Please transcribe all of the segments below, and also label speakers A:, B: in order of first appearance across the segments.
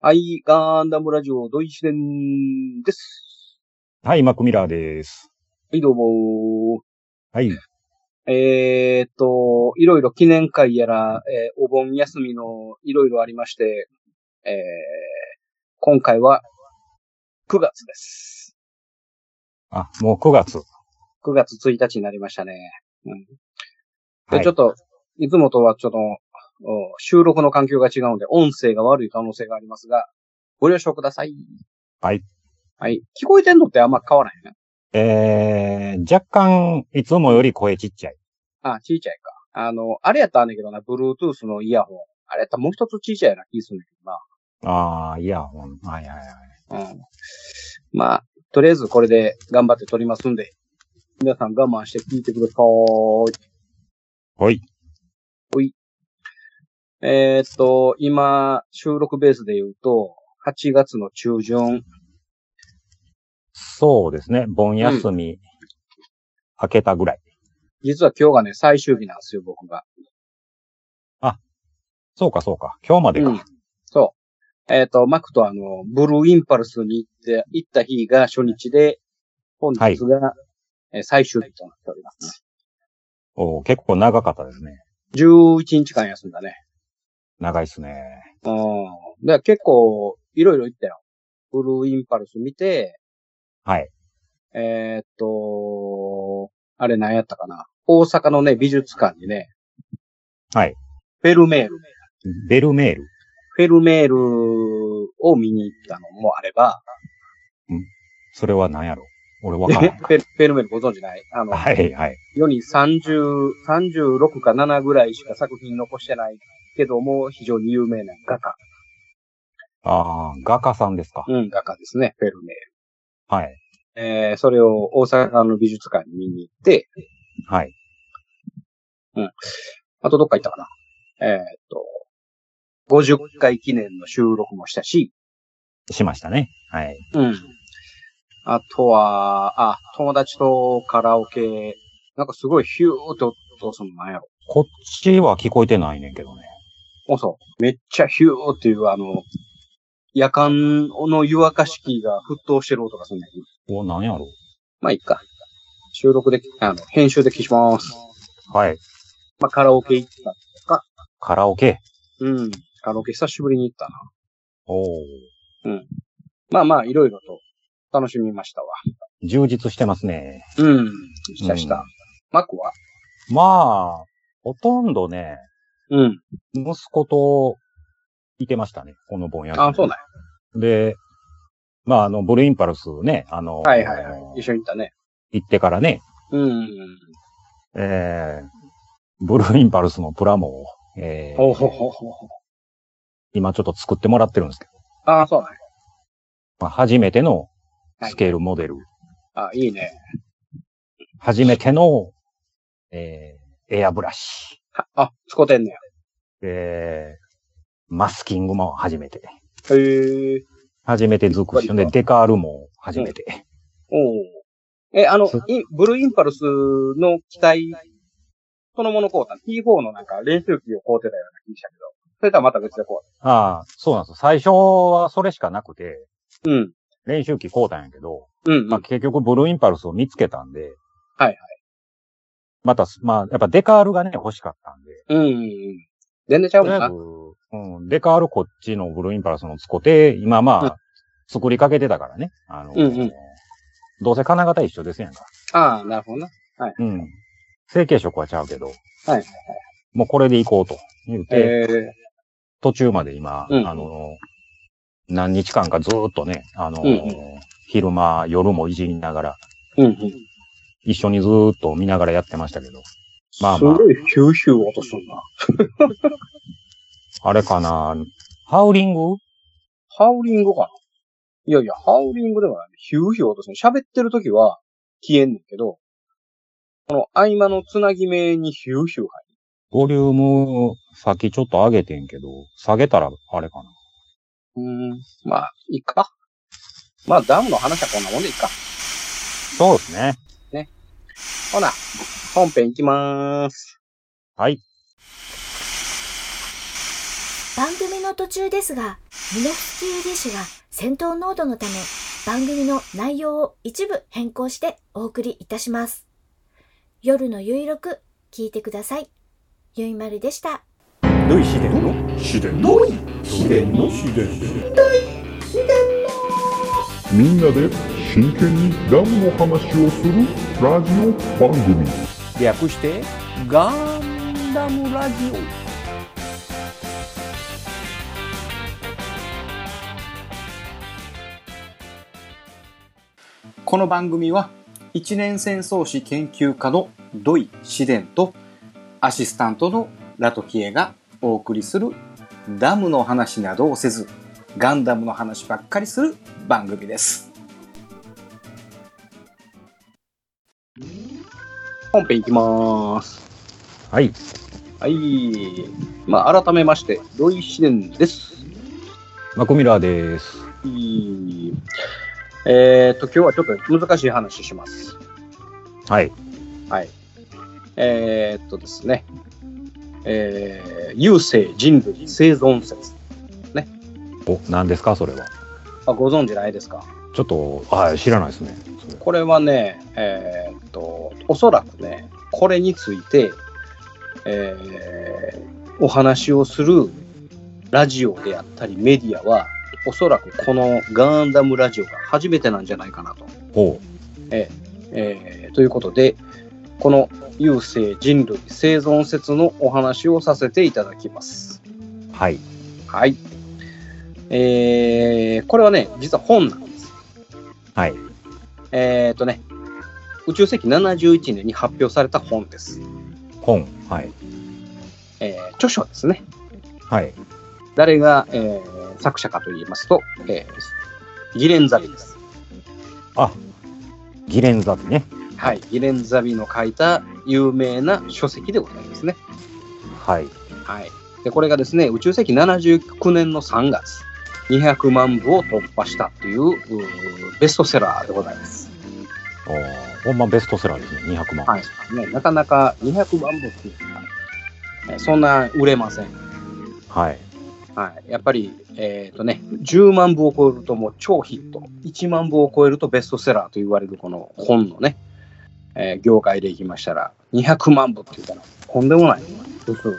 A: はい、ガンダムラジオ、ドイシデンです。
B: はい、マックミラーです。
A: はい、どうも
B: はい。
A: えー、っと、いろいろ記念会やら、えー、お盆休みのいろいろありまして、えー、今回は9月です。
B: あ、もう9月。
A: 9月1日になりましたね。うん。で、はい、ちょっと、いつもとはちょっと、収録の環境が違うので、音声が悪い可能性がありますが、ご了承ください。
B: はい。
A: はい。聞こえてんのってあんま変わらへん、ね。
B: えー、若干、いつもより声ちっちゃい。
A: あ、ちっちゃいか。あの、あれやったらねんけどな、Bluetooth のイヤホン。あれやったらもう一つちっちゃいな気するんだけど
B: な。ああ、イヤホン。はいはい
A: はい。うん。まあ、とりあえずこれで頑張って撮りますんで、皆さん我慢して聞いてください。
B: はい。
A: はい。えー、っと、今、収録ベースで言うと、8月の中旬。
B: そうですね。盆休み、うん、明けたぐらい。
A: 実は今日がね、最終日なんですよ、僕が。
B: あ、そうかそうか。今日までか。うん、
A: そう。えー、っと、マクとあの、ブルーインパルスに行って、行った日が初日で、本日が、はい、え最終日となっております。
B: お結構長かったですね。
A: 11日間休んだね。
B: 長いっすね。
A: うん。で、結構、いろいろ言ったよ。ブルーインパルス見て、
B: はい。
A: えー、っと、あれ何やったかな。大阪のね、美術館にね、
B: はい。
A: フェルメール。
B: ベルメール。
A: フェルメールを見に行ったのもあれば、
B: んそれは何やろ俺わかんな い
A: フェ。フェルメールご存知ないあの、
B: はいはい。
A: 世に30、36か7ぐらいしか作品残してないけども、非常に有名な画家。
B: ああ、画家さんですか。
A: うん、画家ですね、フェルメール。
B: はい。
A: えー、それを大阪の美術館に見に行って、
B: はい。
A: うん。あとどっか行ったかな。えー、っと、50回記念の収録もしたし、
B: しましたね。はい。
A: うん。あとは、あ、友達とカラオケ、なんかすごいヒューっと、どうすんのなんやろ。
B: こっちは聞こえてないねんけどね。
A: おそう。めっちゃヒューっていう、あの、夜間の湯沸かし器が沸騰してる音がするんだけ
B: ど。お、なんやろ
A: まあ、いっか。収録で、あの、編集で消します。
B: はい。
A: まあ、カラオケ行ったとか。
B: カラオケ
A: うん。カラオケ久しぶりに行ったな。
B: おお。
A: うん。まあまあ、いろいろと楽しみましたわ。
B: 充実してますね。
A: うん。したした。うん、マックは
B: まあ、ほとんどね、
A: うん。
B: 息子と、いてましたね、この盆休
A: み。あ、そうなん
B: で、まあ、あの、ブルーインパルスね、あの、
A: はいはいはい、一緒に行ったね。
B: 行ってからね、
A: うん。
B: えー、ブルーインパルスのプラモを、えー、
A: ほほほほ
B: 今ちょっと作ってもらってるんですけ
A: ど。あ、そうなん
B: まあ、初めてのスケールモデル。はい、
A: あ、いいね。
B: 初めての、えー、エアブラシ。
A: あ、使うてんねや。
B: えー、マスキングも初めて。
A: へえ。
B: 初めてづくし、で、デカールも初めて。
A: うん、おえ、あの、ブルーインパルスの機体、そのものこうた T4 のなんか練習機をこうてたような気がしたけど、それとはまた別でこ
B: うああ、そうなんですよ。最初はそれしかなくて、
A: うん。
B: 練習機こうたんやけど、
A: うん、うん、
B: まあ結局ブルーインパルスを見つけたんで、
A: はいはい。
B: また、まあ、やっぱデカールがね、欲しかったんで。
A: うん。全然ちゃうもんな。
B: うん。デカールこっちのブルーインパルスの使って、今まあ、うん、作りかけてたからね。あの、
A: うんうん、
B: どうせ金型一緒ですやんか。
A: ああ、なるほどな。はい。、
B: うん。成形色はちゃうけど。はい
A: はい。
B: もうこれで行こうと言うて、
A: えー、
B: 途中まで今、うん、あの、何日間かずっとね、あの、うんうん、昼間、夜もいじりながら、
A: うんうん
B: 一緒にずーっと見ながらやってましたけど。まあまあ。
A: すごいヒューヒュー音すんな。
B: あれかなハウリング
A: ハウリングかないやいや、ハウリングではない。ヒューヒュー音する。喋ってる時は消えんねんけど、この合間のつなぎ目にヒューヒュー入る。
B: ボリューム、さっきちょっと上げてんけど、下げたらあれかな
A: うーん、まあ、いいか。まあ、ダムの話はこんなもんでいいか。
B: そうですね。
A: ほな、本編いきまーす。
B: はい。
C: 番組の途中ですが、ミノフスキー技師が戦闘濃度のため番組の内容を一部変更してお送りいたします。夜のゆいろく聞いてください。ゆいまるでした。
D: ルイ秘伝の秘伝の秘伝の秘伝
E: みんなで真剣にダムの話をするラジオ番組
D: 略してガンダムラジオ
F: この番組は一年戦争史研究家の土井紫伝とアシスタントのラトキエがお送りするダムの話などをせずガンダムの話ばっかりする番組です。
A: 本編いきまーす。
B: はい。
A: はい。まあ、改めまして、土井紫伝です。
B: マクミラーです。
A: いいえっと、今日はちょっと難しい話します。
B: はい。
A: はい。えっとですね。えー、優勢人類生存説。
B: お、何ですかそれは。
A: あご存知ないですか
B: ちょっと、はい、知らないですね。それ
A: これはね、えーっと、おそらくね、これについて、えーお話をするラジオであったりメディアは、おそらくこのガンダムラジオが初めてなんじゃないかなと。
B: ほ
A: えーということで、この優勢人類生存説のお話をさせていただきます。
B: う。はい。
A: はい。えーこれはね、実は本なんです。
B: はい。
A: えーっ、とね、宇宙世紀71年に発表された本です。
B: 本。はい。
A: えー著書ですね。
B: はい。
A: 誰が、えー作者かと言いますと、えーギレンザビです。
B: あ、ギレンザビね。
A: はい。ギレンザビの書いた有名な書籍でございますね。
B: はい。
A: はい。で、これがですね、宇宙世紀79年の3月、200万部を突破したといううーベストセラーでございます。
B: おーほんまベストセラーですね。200万。
A: はい。ね、なかなか200万部っていうのはねそんな売れません。
B: はい。
A: はい、やっぱり、えーとね、10万部を超えるともう超ヒット、1万部を超えるとベストセラーと言われるこの本のね、えー業界でいきましたら、200万部っていうから、とんでもない部数の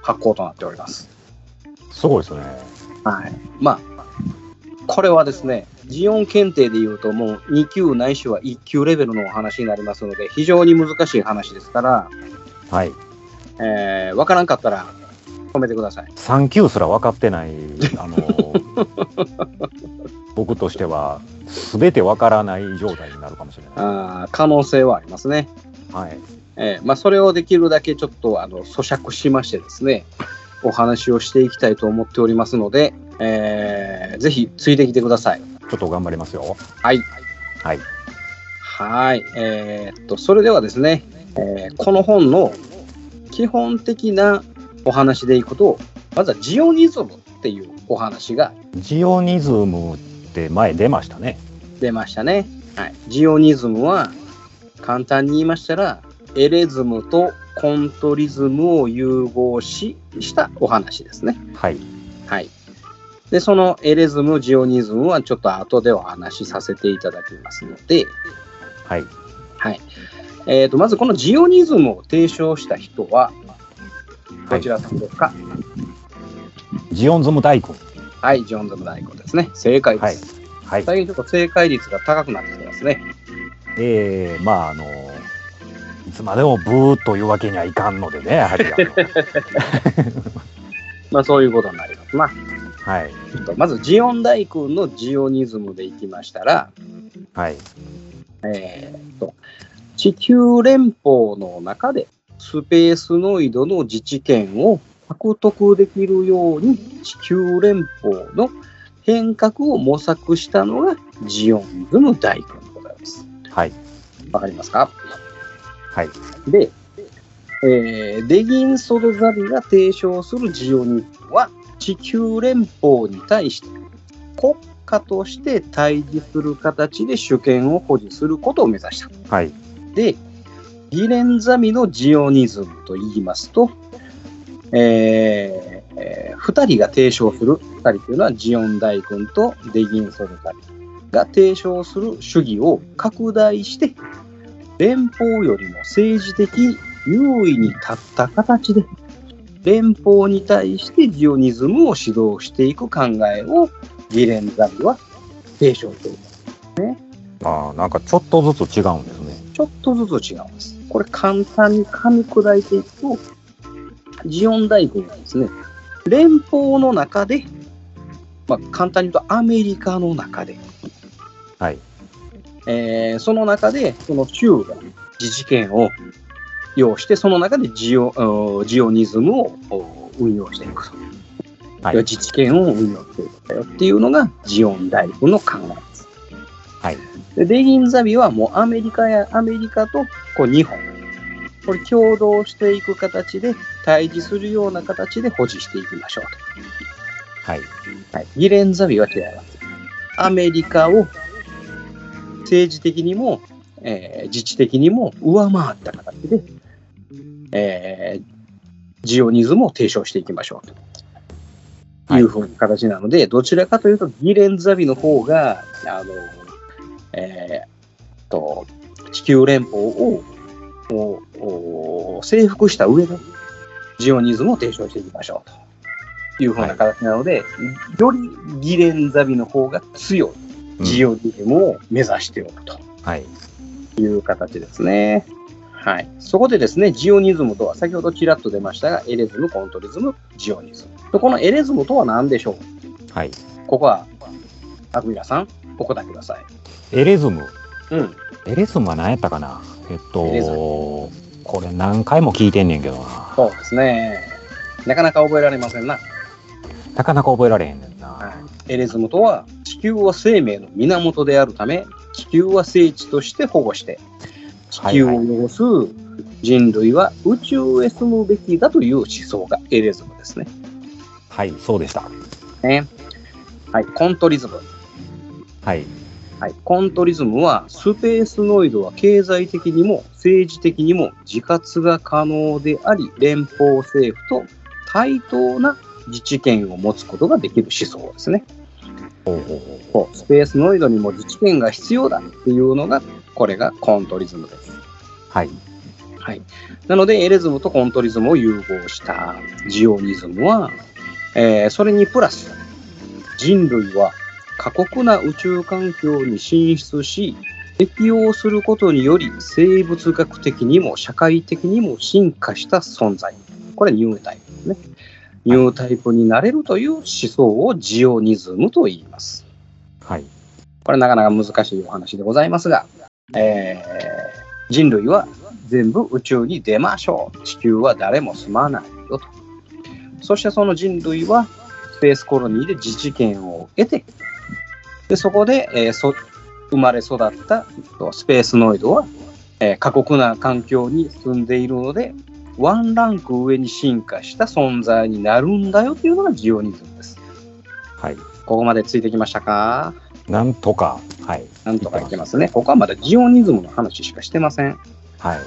A: 発行となっております。
B: すごいですね。
A: はい、まあ、これはですね、ジオン検定でいうと、もう2級ないしは1級レベルのお話になりますので、非常に難しい話ですから、
B: はい。
A: え分からんかったら、止めてください。
B: 3級すら分かってない、あの、僕としては、すべて分からない状態になるかもしれな
A: あー可能性はありますね。
B: い。はい。
A: えーまあ、それをできるだけちょっとあの咀嚼しましてですね、お話をしていきたいと思っておりますので、えーぜひついてきてください。
B: ちょっと頑張りますよ。
A: はい。
B: はい。
A: はい。えーっと、それではですね、えーこの本の基本的なお話でいくと、まずはジオニズムっていうお話が
B: ジオニズムって前出ましたね。
A: 出ましたね。はい、ジオニズムは簡単に言いましたらエレズムとコントリズムを融合ししたお話ですね。
B: はい。
A: はい、でそのエレズムジオニズムはちょっと後でお話しさせていただきますので、
B: はい。
A: はいえー、とまずこのジオニズムを提唱した人は
B: は
A: ど
B: い
A: ちらさんですか
B: ジオンズム大君。
A: はい、ジョンズム大吾ですね。正解で
B: はい
A: す。。
B: はい。
A: 最近ちょっと正解率が高くなってきてますね。
B: えー、まああのいつまでもブーというわけにはいかんのでねやはりあの
A: まあそういうことになりますな。
B: はい
A: まずジオン大君のジオニズムでいきましたら、
B: はい
A: えーっと地球連邦の中でスペースノイドの自治権を獲得できるように地球連邦の変革を模索したのがジオンズム大君でございます。
B: はい
A: わかりますか
B: はい
A: で、えーデギン・ソドザビが提唱するジオニズムは、地球連邦に対して国家として対峙する形で主権を保持することを目指した。
B: はい
A: で、ギレンザミのジオニズムと言いますと、えーえ2人が提唱する二人というのはジオン大君とデギンソルタリが提唱する主義を拡大して連邦よりも政治的優位に立った形で連邦に対してジオニズムを指導していく考えをギレンザビは提唱している
B: ああ、なんかちょっとずつ違うんですね。
A: ちょっとずつ違うんです。これ簡単に噛み砕いていくと、ジオン大軍はですね、連邦の中で、まあ、簡単に言うとアメリカの中で、
B: はい。
A: えーその中で、その州が自治権を要して、その中でジオおジオニズムをお運用していくと。
B: はい
A: 要自治権を運用していくんだよっていうのが、ジオン大軍の考えです。
B: はい。
A: でデギンザビはもうアメリカやアメリカとこう日本、これ共同していく形で、対峙するような形で保持していきましょうと。
B: はい。
A: はい、ギレンザビは違います。アメリカを政治的にも、えー自治的にも上回った形で、えージオニズムを提唱していきましょうと
B: はい
A: いうふうな形なので、どちらかというとギレンザビの方が、あの、えーと、地球連邦をおお征服した上で、ジオニズムを提唱していきましょうというふうな形なので、よりギレンザビの方が強いジオニズムを目指しておると
B: はい。
A: いう形ですね。はい。そこでですね、ジオニズムとは、先ほどちらっと出ましたが、エレズム、コントリズム、ジオニズム。とこのエレズムとは何でしょう
B: はい。
A: ここは、アクミラさん、お答えくださ
B: エレズム。
A: い。うん。
B: エレズムは何やったかなえっ
A: エレズ
B: と、これ何回も聞いてんねんけどな。
A: そうですね。なかなか覚えられませんな。
B: なかなか覚えられへんねんな。
A: エレズムとは、地球は生命の源であるため、地球は聖地として保護して、地球を汚す人類は宇宙へ住むべきだという思想がエレズムですね。
B: はい、そうでした。
A: ね。はい、コントリズム。
B: はい。
A: はい、コントリズムは、スペースノイドは経済的にも政治的にも自活が可能であり、連邦政府と対等な自治権を持つことができる思想ですね。
B: ほうほうほう
A: そうスペースノイドにも自治権が必要だっていうのが、これがコントリズムです。
B: はい。
A: はい、なのでエレズムとコントリズムを融合したジオニズムは、えーそれにプラス人類は過酷な宇宙環境に進出し適応することにより生物学的にも社会的にも進化した存在これニュータイプですねニュータイプになれるという思想をジオニズムと言います
B: はい。
A: これなかなか難しいお話でございますが、えー人類は全部宇宙に出ましょう。地球は誰も住まないよと。そしてその人類はスペースコロニーで自治権を得て、でそこで、えーそ生まれ育ったとスペースノイドは、えー過酷な環境に住んでいるので、ワンランク上に進化した存在になるんだよというのがジオニズムです。
B: はい。
A: ここまでついてきましたか
B: なんとか、はい。
A: なんとかいけますね。ここはまだジオニズムの話しかしてません。
B: はい。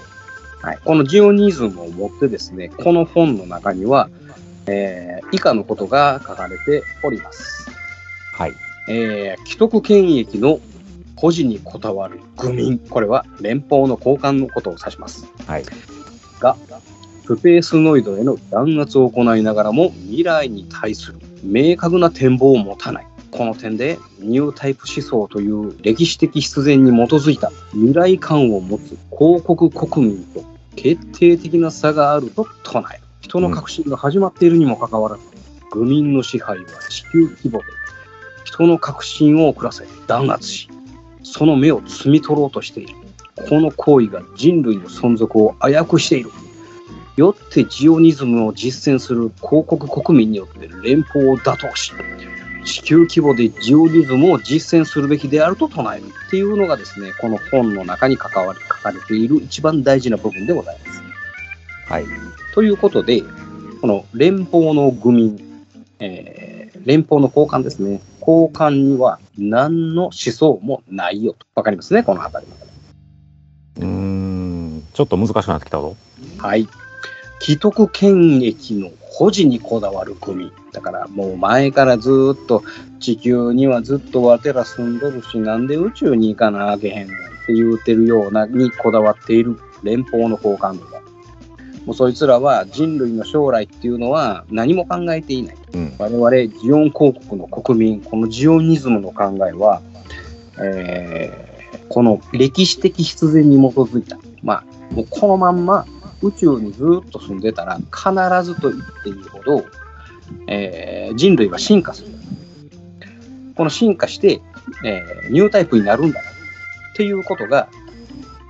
A: はい、このジオニズムを持ってですね、この本の中には、えー以下のことが書かれております。
B: はい。
A: えー既得権益の保持にこだわる愚民。これは連邦の交換のことを指します。
B: はい。
A: が、スペースノイドへの弾圧を行いながらも未来に対する明確な展望を持たない。この点でニュータイプ思想という歴史的必然に基づいた未来観を持つ広告国民と決定的な差があると唱える。人の革新が始まっているにもかかわらず、愚民の支配は地球規模で人の革新を遅らせ弾圧し、その目を摘み取ろうとしている。この行為が人類の存続を危うくしている。よってジオニズムを実践する広告国民によって連邦を打倒し、地球規模でジオニズムを実践するべきであると唱えるっていうのがですね、この本の中に書かわ書かれている一番大事な部分でございます。
B: はい。
A: ということで、この連邦の愚民、えー連邦の交換ですね、交換には何の思想もないよと。わかりますね、この辺り。
B: うーん、ちょっと難しくなってきたぞ。
A: はい。既得権益の保持にこだわる組。だからもう前からずーっと地球にはずっとわてら住んどるし、なんで宇宙に行かなあけへんのって言うてるようなにこだわっている連邦の高官部だ。もうそいつらは人類の将来っていうのは何も考えていない。
B: うん。
A: 我々ジオン公国の国民このジオニズムの考えは、えーこの歴史的必然に基づいた、まあ、もうこのまんま宇宙にずっと住んでたら必ずと言っていいほど、えー人類は進化するこの進化して、えーニュータイプになるんだなっていうことが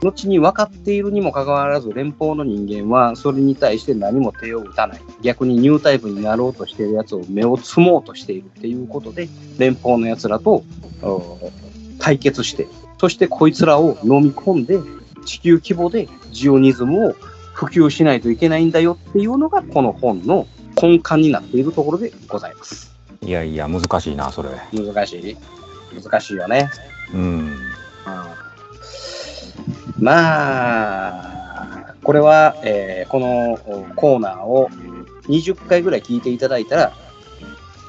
A: 後に分かっているにもかかわらず、連邦の人間はそれに対して何も手を打たない。逆にニュータイプになろうとしているやつを目をつもうとしているっていうことで、連邦のやつらとお対決して、そしてこいつらを飲み込んで、地球規模でジオニズムを普及しないといけないんだよっていうのが、この本の根幹になっているところでございます。
B: いやいや、難しいな、それ。
A: 難しい難しいよね。
B: うん。
A: まあ、これは、えーこのおコーナーを20回ぐらい聞いていただいたら、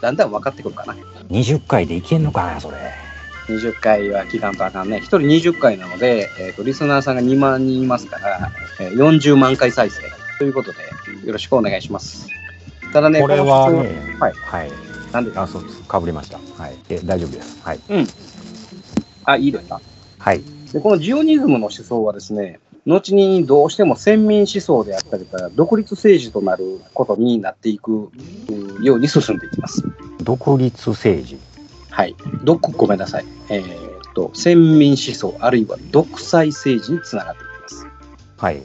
A: だんだん分かってくるかな。
B: 20回でいけんのかな、それ。
A: 20回は聞かんとあかんね。1人20回なので、えーと、リスナーさんが2万人いますから、えー40万回再生ということで、よろしくお願いします。ただね、
B: これはね、
A: はい
B: はい。
A: の、なんで
B: あ、そうです。かぶりました。はい。え、大丈夫です。はい。
A: あ、いいですか。
B: はい。
A: で、このジオニズムの思想はですね、後にどうしても先民思想であったりとか、独立政治となることになっていくうんように進んでいきます。
B: 独立政治。
A: はい。どこ、ごめんなさい。えーっと、先民思想、あるいは独裁政治につながっていきます。
B: はい。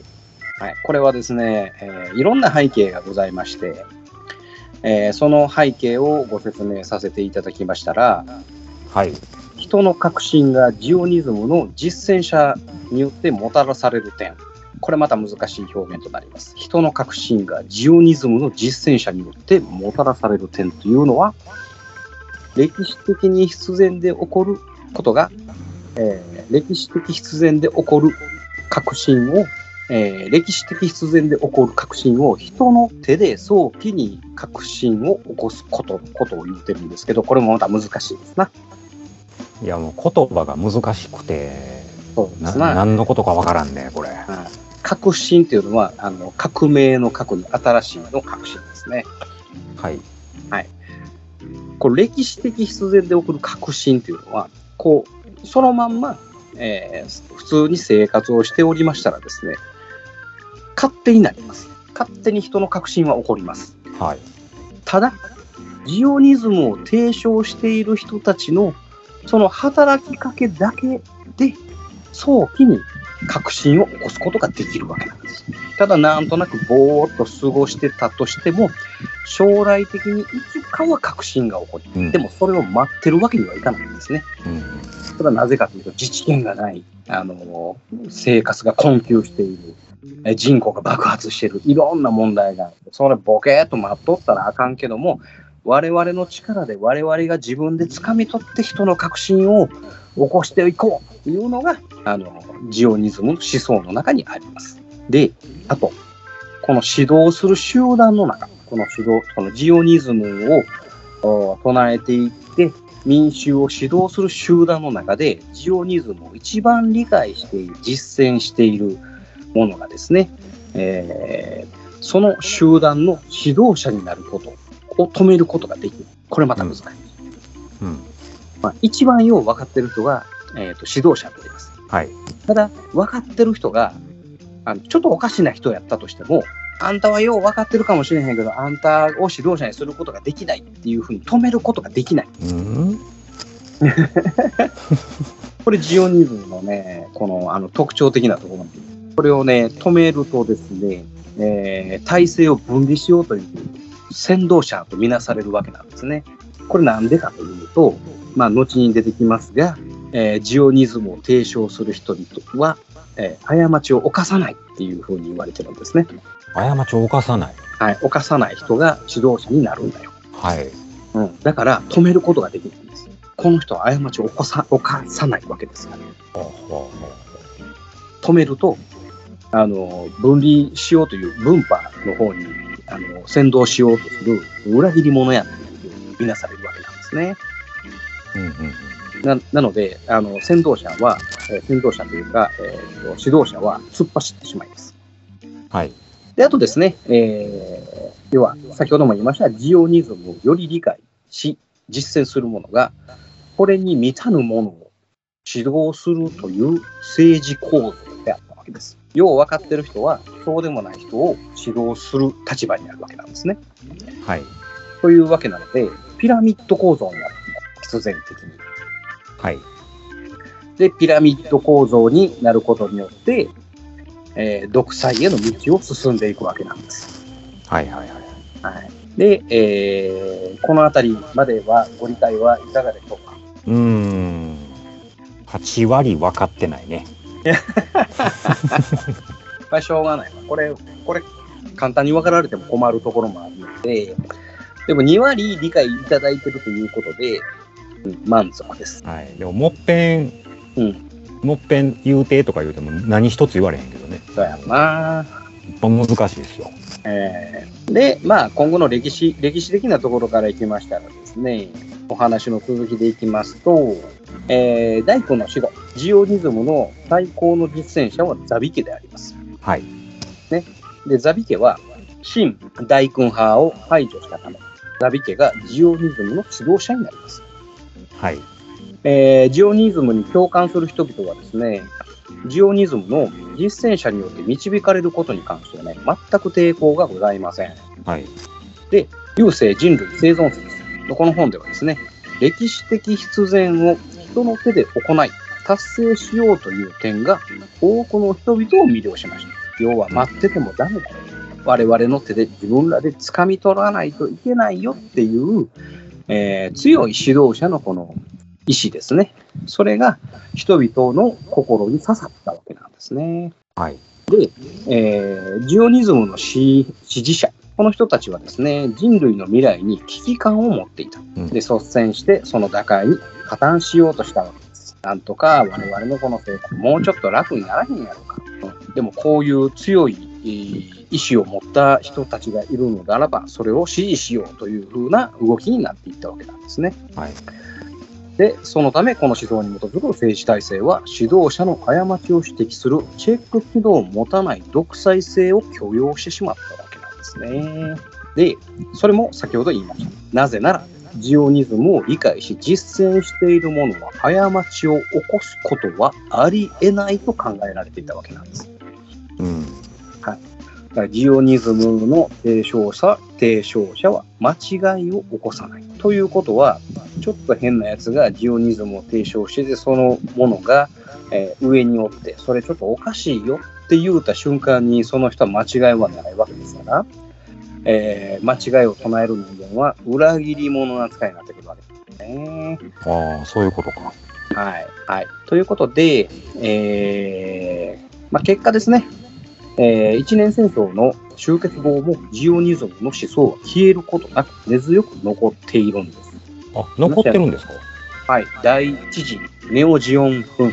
A: はい、これはですね、えーいろんな背景がございまして、えーその背景をご説明させていただきましたら、
B: はい。
A: 人の革新がジオニズムの実践者によってもたらされる点これまた難しい表現となります人の革新がジオニズムの実践者によってもたらされる点というのは歴史的に必然で起こることが、えー歴史的必然で起こる革新を、えー歴史的必然で起こる革新を人の手で早期に革新を起こすことことを言ってるんですけどこれもまた難しいですな。
B: いや、もう言葉が難しくて、
A: そうで
B: な、
A: すな
B: 何のことかわからんね、これ。
A: 革新というのはあの革命の革に新しいの革新ですね。
B: はい。
A: これ歴史的必然で起こる革新というのはこうそのまんま、えー普通に生活をしておりましたらですね勝手になります。勝手に人の革新は起こります。
B: はい。
A: ただジオニズムを提唱している人たちのその働きかけだけで早期に革新を起こすことができるわけなんです。ただなんとなくぼーっと過ごしてたとしても将来的にいつかは革新が起こり
B: うん
A: で、もそれを待ってるわけにはいかないんですね。
B: うん。
A: それはなぜかというと自治権がない、あの生活が困窮している、え人口が爆発している、いろんな問題がある。それボケーっと待っとったらあかんけども、我々の力で我々が自分で掴み取って人の革新を起こしていこうというのが、あのジオニズムの思想の中にあります。で、あと、この指導する集団の中、この指導、このジオニズムをお唱えていって、民衆を指導する集団の中でジオニズムを一番理解している実践しているものがですね、えーその集団の指導者になることを止めることができるこれまた難しい、
B: うん。
A: まあ、一番よう分かってる人が、えー、と指導者になります
B: はい。
A: ただ分かってる人があのちょっとおかしな人やったとしてもあんたはよう分かってるかもしれへんけどあんたを指導者にすることができないっていうふうに止めることができない
B: うん。
A: これジオニズムのね、このあの特徴的なところなんです。これをね、止めるとですね、えー体制を分離しようという先導者とみなされるわけなんですね。これなんでかというと、まあ、後に出てきますが、えージオニズムを提唱する人々は、えー過ちを犯さないっていうふうに言われてるんですね。
B: 過ちを犯さない。
A: はい、犯さない人が指導者になるんだよ。
B: はい。
A: うん、だから止めることができるんです。この人は過ちを起こさ犯さないわけですから。
B: ほうほうほう
A: 止めるとあの、分離しようという分派の方に、あの、先導しようとする裏切り者やというみなされるわけなんですね。
B: うんうんうん。
A: ななので、あの、先導者は、えー先導者というか、えーと指導者は突っ走ってしまいます。
B: はい。
A: で、あとですね、えー、では、先ほども言いました、ジオニズムをより理解し、実践する者が、これに満たぬものを指導するという政治構造であったわけです。よう分かってる人は、そうでもない人を指導する立場にあるわけなんですね。
B: はい。
A: というわけなので、ピラミッド構造になる必然的に。
B: はい。
A: で、ピラミッド構造になることによって、えー独裁への道を進んでいくわけなんです。
B: はいはいはい。
A: はい、で、えーこの辺りまではご理解はいかがでしょうか
B: うーん。8割分かってないね。
A: まあ、しょうがないわ。これ、これ、簡単に分かられても困るところもあるので、でも2割理解いただいてるということで、うん満足です。
B: はい。でも、もっぺん、
A: うん
B: もっぺん言うてとか言うても何一つ言われへんけどね。
A: そうやんな。
B: 一番難しいですよ。
A: えーで、まあ、今後の歴史、歴史的なところからいきましたらですね、お話の続きでいきますと、えー大工の死後、ジオニズムの最高の実践者はザビ家であります。
B: はい。
A: で、ザビ家は、新大君派を排除したため、ザビ家がジオニズムの指導者になります。
B: はい。
A: えージオニズムに共感する人々はですね、ジオニズムの実践者によって導かれることに関してはね、全く抵抗がございません。
B: はい。
A: 優生人類生存説のこの本ではですね、歴史的必然を人の手で行い、達成しようという点が多くの人々を魅了しました。要は待っててもダメだよ。我々の手で自分らで掴み取らないといけないよっていう、えー強い指導者のこの意志ですね。それが人々の心に刺さったわけなんですね。
B: はい。
A: えージオニズムの支支持者、この人たちはですね、人類の未来に危機感を持っていた。
B: うん
A: で、率先してその打開に加担しようとしたわけです。なんとか我々のこの生活、もうちょっと楽にならへんやろうか。うんでも、こういう強いえー意志を持った人たちがいるのならば、それを支持しようというふうな動きになっていったわけなんですね。
B: はい。
A: で、そのため、この思想に基づく政治体制は、指導者の過ちを指摘するチェック機能を持たない独裁性を許容してしまったわけなんですね。で、それも先ほど言いました。なぜなら、ジオニズムを理解し実践している者は過ちを起こすことはありえないと考えられていたわけなんです。
B: うん。
A: ジオニズムの提唱者、提唱者は間違いを起こさない。ということは、ちょっと変なやつがジオニズムを提唱してて、そのものが、えー上におって、それちょっとおかしいよって言うた瞬間に、その人は間違いはないわけですから、えー間違いを唱える人間は裏切り者の扱いになってくるわけですね。
B: ああ、そういうことか。
A: はい。はい。ということで、えーまあ、結果ですね、えー、一年戦争の終結後もジオニズムの思想は消えることなく根強く残っているんです。
B: あ、残ってるんですか
A: はい。第一次ネオジオン紛争、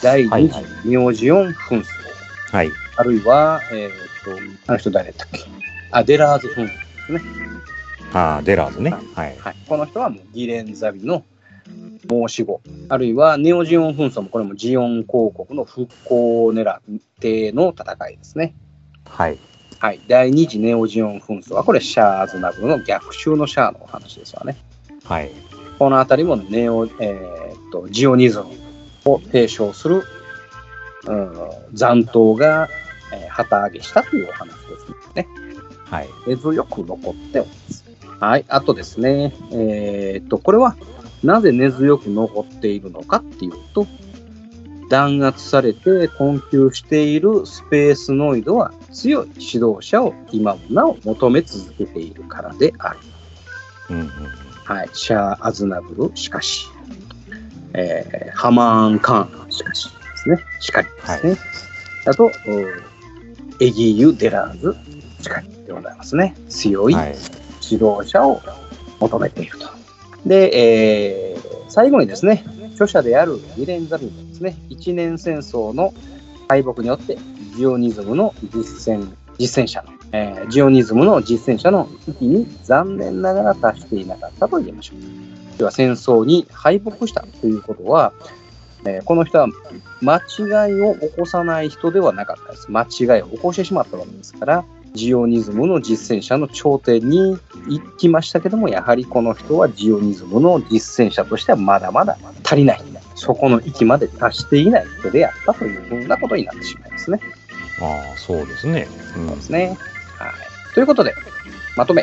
A: 第
B: はい
A: 二
B: はい
A: 次ネオジオン紛争、
B: はい。
A: あるいは、えーっと、あの人誰だったっけアデラーズ紛争
B: ああ、デラーズね。はい。
A: はい、この人はもうギレンザビの申し子、あるいはネオジオン紛争もこれもジオン公国の復興を狙っての戦いですね。
B: はい。
A: はい、第二次ネオジオン紛争はこれシャーズナブルの逆襲のシャアのお話ですわね。
B: はい。
A: この辺りもネオ、えーっとジオニズムを提唱する、うん、残党が、えー旗揚げしたというお話ですね。
B: はい。
A: 根強く残っております。はい。あとですね、えーっと、これはなぜ根強く残っているのかっていうと、弾圧されて困窮しているスペースノイドは強い指導者を今もなお求め続けているからである。
B: うんうん。
A: はい。シャア・アズナブル、しかし、えーハマーン・カーン、しかしですね。しかりですね。あと、おエギーユ・デラーズ、しかりでございますね。強い
B: はい。
A: 指導者を求めていると。で、えー最後にですね、著者であるギレン・ザビンがですね、一年戦争の敗北によってジオニズムの実践実践者の、えージオニズムの実践者の域に残念ながら達していなかったと言えましょう。では戦争に敗北したということは、えーこの人は間違いを起こさない人ではなかったです。間違いを起こしてしまったわけですから、ジオニズムの実践者の頂点に行きましたけども、やはりこの人はジオニズムの実践者としてはまだまだ足りない。そこの域まで達していない人であったというふうなことになってしまいますね。
B: ああ、そうですね。うん
A: そうですね。はい。ということで、まとめ。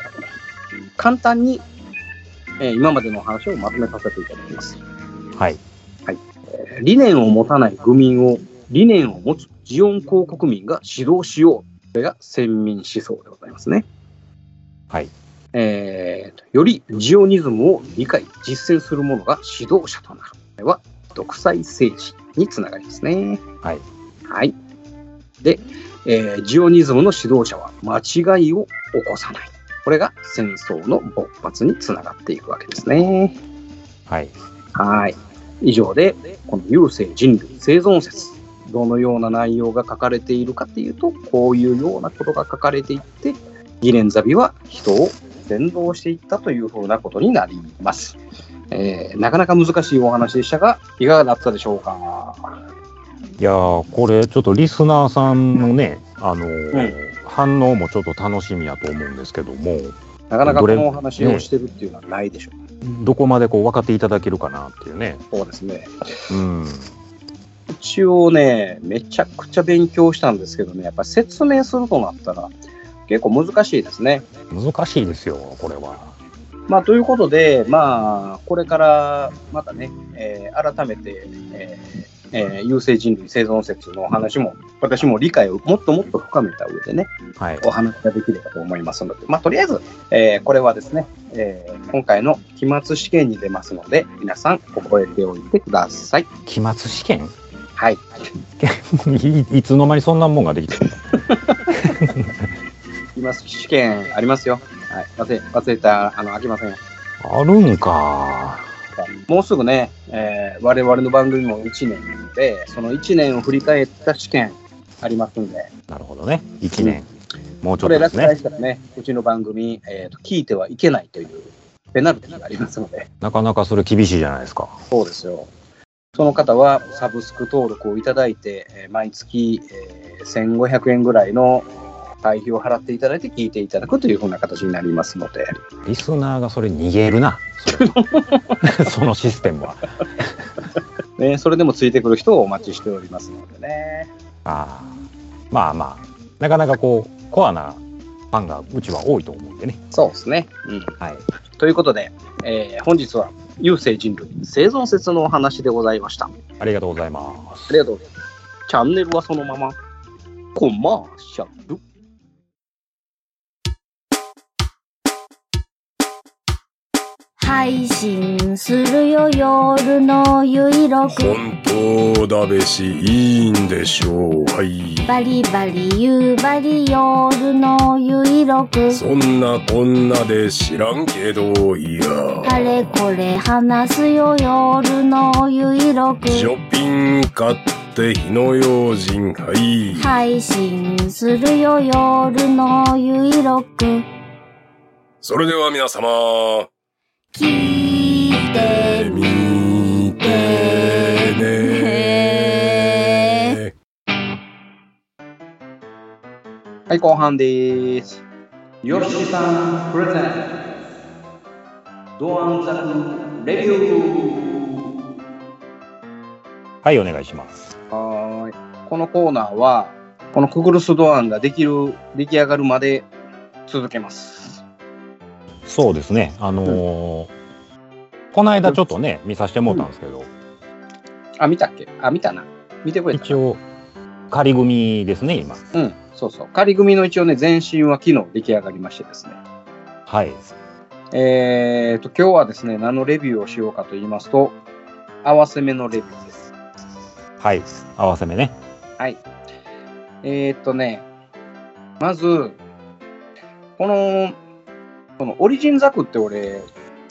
A: 簡単に、えー今までのお話をまとめさせていただきます。
B: はい。
A: えー理念を持たない愚民を、理念を持つジオン公国民が指導しよう。これが先民思想でございますね。
B: はい。
A: えーとよりジオニズムを理解、実践する者が指導者となる。これは独裁政治につながりますね。
B: はい。
A: はい。で、えージオニズムの指導者は間違いを起こさない。これが戦争の勃発につながっていくわけですね。
B: はい。
A: はい。以上で、この優勢人類生存説、どのような内容が書かれているかっていうと、こういうようなことが書かれていって、ギレンザビは人を先導していったというふうなことになります。えーなかなか難しいお話でしたが、いかがだったでしょうか。
B: いやー、これ、ちょっとリスナーさんのね、あのー反応もちょっと楽しみやと思うんですけども、
A: なかなかこのお話をしてるっていうのはないでしょう。
B: どこまでこう分かっていただけるかなっていうね。
A: そうですね。
B: うん。
A: 一応ね、めちゃくちゃ勉強したんですけどね、やっぱ説明するとなったら結構難しいですね。
B: 難しいですよ、これは。
A: まあ、ということで、まあ、これからまたね、えー改めて、えーえー優生人類生存説のお話も、私も理解をもっともっと深めた上でね、
B: はい。
A: お話ができればと思いますので、まあ、とりあえず、えーこれはですね、えー今回の期末試験に出ますので、皆さん覚えておいてください。
B: 期末試験
A: はい。
B: いいつの間にそんなもんができたの
A: 期末試験ありますよ。はい。忘れ、忘れた、あの、飽きませんよ。
B: あるんか。
A: もうすぐね、えー我々の番組も1年なので、その1年を振り返った試験ありますんで、
B: なるほどね。1年。もうち
A: こ
B: ょっと
A: れ
B: で
A: 落
B: すね
A: 第。したらね、うちの番組、えーと、聞いてはいけないというペナルティがありますので、
B: なかなかそれ厳しいじゃないですか。
A: そうですよ。その方はサブスク登録をいただいて、えー毎月、えー1500円ぐらいの会費を払っていただいて聞いていただくというふうな形になりますので、
B: リスナーがそれ逃げる な。それそのシステムは。
A: ね、それでもついてくる人をお待ちしておりますのでね。
B: あーまあまあ、なかなかこう、コアなファンがうちは多いと思うんでね。
A: そうですね。うん
B: はい。
A: ということで、えー本日は優生人類生存説のお話でございました。あ
B: ありがとうございます。
A: りがとうございます。チャンネルはそのままコマーシャル。
G: 配信するよ夜のゆいろく
D: 本当だべしいいんでしょうはい
G: バリバリ夕張夜のゆいろく
D: そんなこんなで知らんけどい
G: あ
D: や
G: れこれ話すよ夜のゆいろく
D: ショッピング買って火の用心はい
G: 配信するよ夜のゆいろく
D: それでは皆様
G: 聞いてみ
D: 見て
G: て
D: ね
A: はい、後半です。よしさんプレゼンツ。ドアンザクレビュー。
B: はい、お願いします。
A: はーい。このコーナーは、このクグルスドアンができる、出来上がるまで続けます。
B: そうですね。あのーこの間ちょっとね、見させてもらったんですけど、
A: あ、見たっけあ、見たな。見てくれた
B: 一。応、仮組ですね、今。
A: うん、そうそう。仮組の一応ね、前身は昨日出来上がりましてですね。
B: はい。
A: えー、と、今日はですね、何のレビューをしようかと言いますと、合わせ目のレビューです。
B: はい。合わせ目ね。
A: えー、とね、まず、この、このオリジンザクって俺、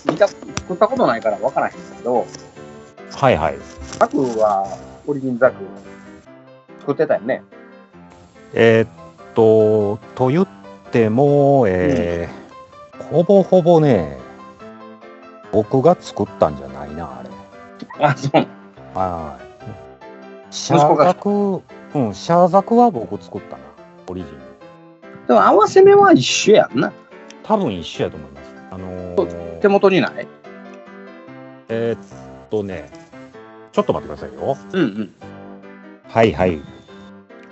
A: 見た、作ったことないからわからへんけど、
B: はいはい。
A: ザクはオリジンザク、作ってたよね。
B: えーっと、と言っても、えーほぼほぼね、僕が作ったんじゃないな、あれ。
A: あ、そう。
B: はい。シャ
A: 息子
B: ー
A: が
B: ザク、うん、シャーザクは僕作ったな、オリジン。
A: でも合わせ目は一緒やんな。
B: 多分一緒やと思います。あのー
A: 手元にない
B: えーっとね、ちょっと待ってくださいよ。
A: うんうん。
B: はいはい。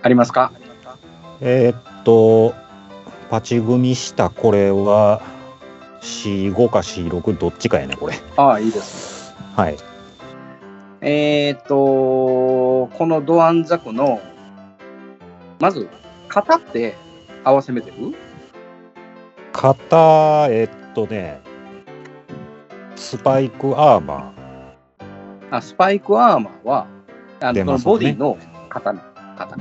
A: ありますか
B: えーっと、パチ組したこれは C5 か C6 どっちかやね、これ。
A: ああ、いいです
B: はい。
A: ね。えっ、ー、と、このドアンザクの、まず、型って合わせ目出る
B: 型、えーっとね、スパイクアーマ
A: あスパイクアーマーは、あの
B: 出
A: その
B: ますね
A: ボディの型の、型。
B: ー、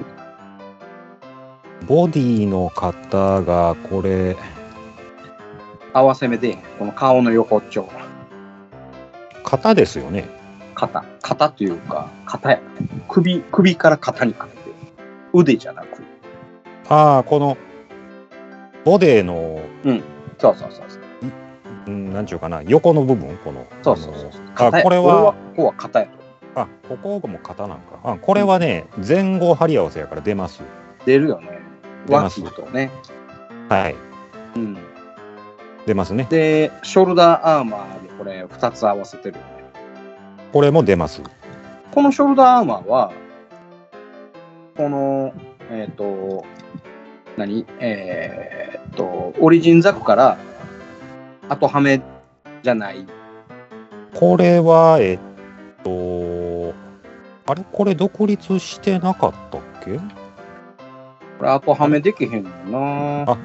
B: ボディの型がこれ、
A: 合わせ目で、この顔の横っちょ、
B: 型ですよね。
A: 肩、肩というか、肩や。首、首から肩にかけて。腕じゃなく。
B: ああ、この、ボデーの、
A: そうそうそうそう。
B: うんなんちゅうかな、横の部分、この。
A: そうそうそうそう。
B: あの
A: 肩
B: あ、
A: や
B: これ
A: 俺
B: は、
A: ここは肩やと。
B: あ、ここも型なんか。あ、これはね、前後張り合わせやから出ます。
A: 出るよね。
B: 出
A: ワ
B: ます
A: キとね。
B: はい。
A: うん。
B: 出ますね。
A: で、ショルダーアーマーでこれ2つ合わせてるよね。
B: これも出ます。
A: このショルダーアーマーは、この、えっ、と、何えっ、と、オリジンザクから、後はめじゃない。
B: これは、えっと、あれこれ独立してなかったっけ
A: これ後はめできへんのな
B: あ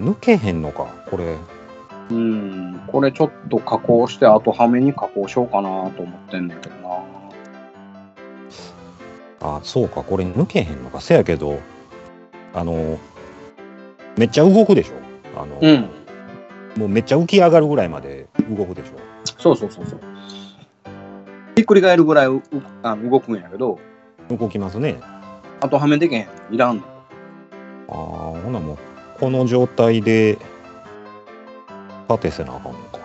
B: 抜けへんのか、これ。
A: うん。これちょっと加工して後はめに加工しようかなと思ってんねんけどな。
B: あ、そうか、これ抜けへんのか。せやけど、あの、めっちゃ動くでしょ。あの、
A: うん。
B: もうめっちゃ浮き上がるぐらいまで動くでしょ。
A: そうそうそうそう。ひっくり返るぐらいうあの動くんやけど、
B: 動きますね。
A: 後はめできへん。いらんねん。
B: ああ、ほなもう、この状態で、立てせなあかんのか。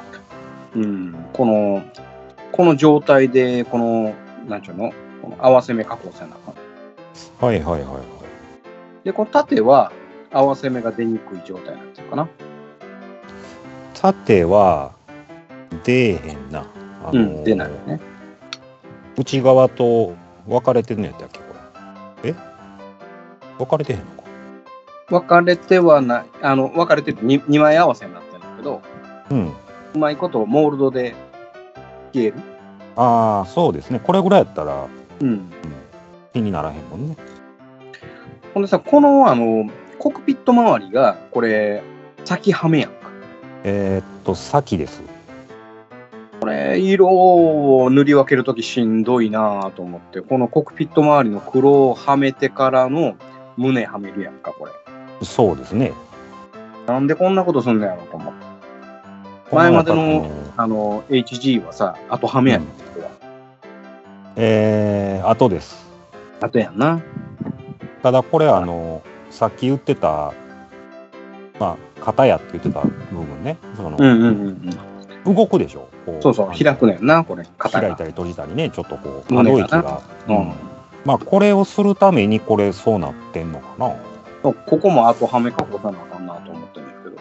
A: うん、この、この状態で、この、なんちゅうの、この合わせ目加工せなあかん。
B: はいはいはいはい。
A: で、この縦は合わせ目が出にくい状態になってるかな。
B: 縦は、出えへんな。あの
A: う
B: ー
A: ん、出ないよね。
B: 内側と分かれてんのやったっけ、これ。え分かれてへんのか。
A: 分かれてはない、あの、分かれてる2、二枚合わせになってるんだけど、
B: うん。
A: うまいことモールドで消える。
B: ああ、そうですね。これぐらいやったら
A: うん。
B: 気にならへんもんね。
A: ほんでさ、この、あの、コックピット周りが、これ、先はめやんか。
B: えーっと、先です。
A: これ、色を塗り分けるときしんどいなぁと思って、このコックピット周りの黒をはめてからの胸はめるやんか、これ。
B: そうですね。
A: なんでこんなことすんのやろと思って。前までの
B: こやっぱ
A: あの、HG はさ、後はめやねん。
B: あのえー、後です。
A: 後やんな。
B: ただこれあのさっき言ってたまあ型やって言ってた部分ねその、
A: うんうんうんうん。
B: 動くでしょこ
A: そうそう、
B: あの
A: 開くねんな、これ、型
B: 開い
A: が
B: た。り閉じたりねちょっとこう可
A: 胸
B: 動
A: がな
B: 域が、
A: う
B: うん
A: ん。
B: まあこれをするためにこれそうなってんのかな
A: そうここも後はめかこさなあかんなと思ってんだけど。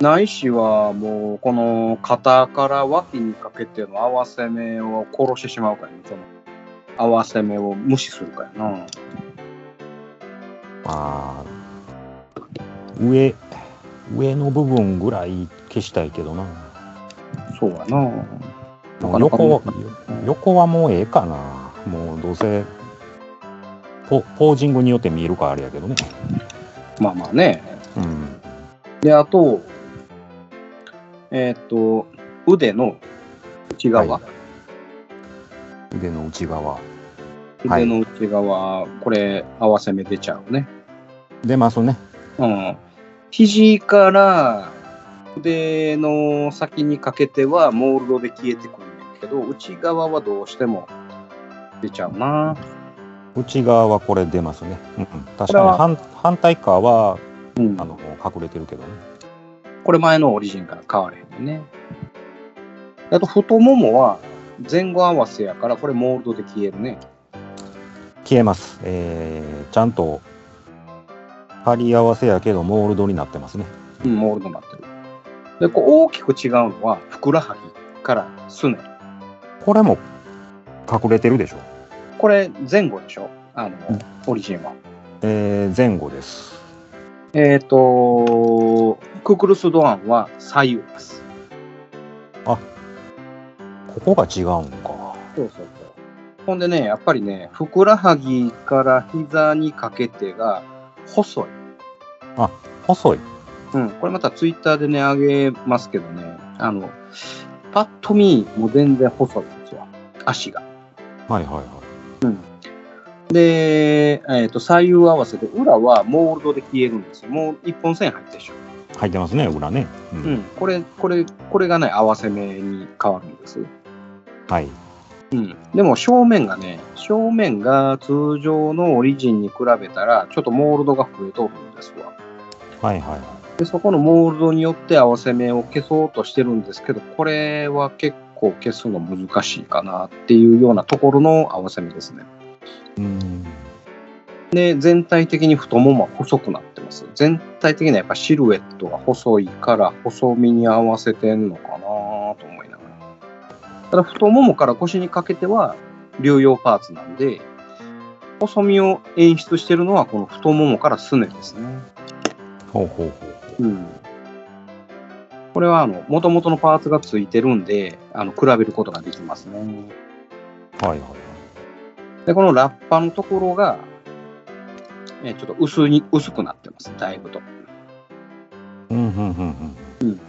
A: ないしは、もう、この肩から脇にかけての合わせ目を殺してしまうからね、その合わせ目を無視するからな。
B: まあ上上の部分ぐらい消したいけどな
A: そうやな。なかなか
B: 横は横はもうええかなもうどうせポポージングによって見えるからあれやけどね
A: まあまあね。
B: うん
A: で、あと、えーっと、腕の内側、
B: は腕の内側はい
A: 腕の内側、これ、合わせ目出ちゃうね。
B: 出ますね
A: うん。肘から腕の先にかけては、モールドで消えてくるんだけど、内側はどうしても出ちゃうな。
B: 内側はこれ出ますね。うんうん、
A: これ
B: 確かに
A: は
B: 反反対側は
A: うん
B: あの隠れてるけどね。
A: これ前のオリジンから変われへんでね。あと太ももは前後合わせやから、これモールドで消えるね。
B: 消えます。えーちゃんと貼り合わせやけどモールドになってますね。
A: うん、モールドになってる。で、こう大きく違うのは、ふくらはぎからすね。
B: これも隠れてるでしょ。
A: これ前後でしょあの
B: うん、
A: オリジンは。
B: えー前後です。
A: えっ、と、ククルスドアンは左右です。
B: ここが違うんか。
A: そうそうそう。ほんでね、やっぱりね、ふくらはぎから膝にかけてが細い。
B: 細い。
A: うん、これまたツイッターでね、あげますけどね、あの、パッと見、もう全然細いんですよ。足が。
B: はいはいはい。
A: で、えっ、と、左右合わせで、裏はモールドで消えるんですよ。もう一本線入ってるでしょ。
B: 入ってますね、裏ね。う
A: うん。これ、これ、これがね、合わせ目に変わるんです。
B: はい。
A: うん。でも正面がね、正面が通常のオリジンに比べたら、ちょっとモールドが増えとるんですわ。
B: はいはいはい。
A: でそこのモールドによって合わせ目を消そうとしてるんですけどこれは結構消すの難しいかなっていうようなところの合わせ目ですね
B: うん。
A: で全体的に太ももは細くなってます全体的にはやっぱシルエットが細いから細身に合わせてんのかなと思いながらただ太ももから腰にかけては療養パーツなんで細身を演出してるのはこの太ももからすねですね
B: ほうほうほう。
A: うんこれはあの元々のパーツがついてるんであの比べることができますね
B: はいはいはい。
A: でこのラッパのところが、えちょっと薄に薄くなってますだいぶと
B: うんうんうんうん。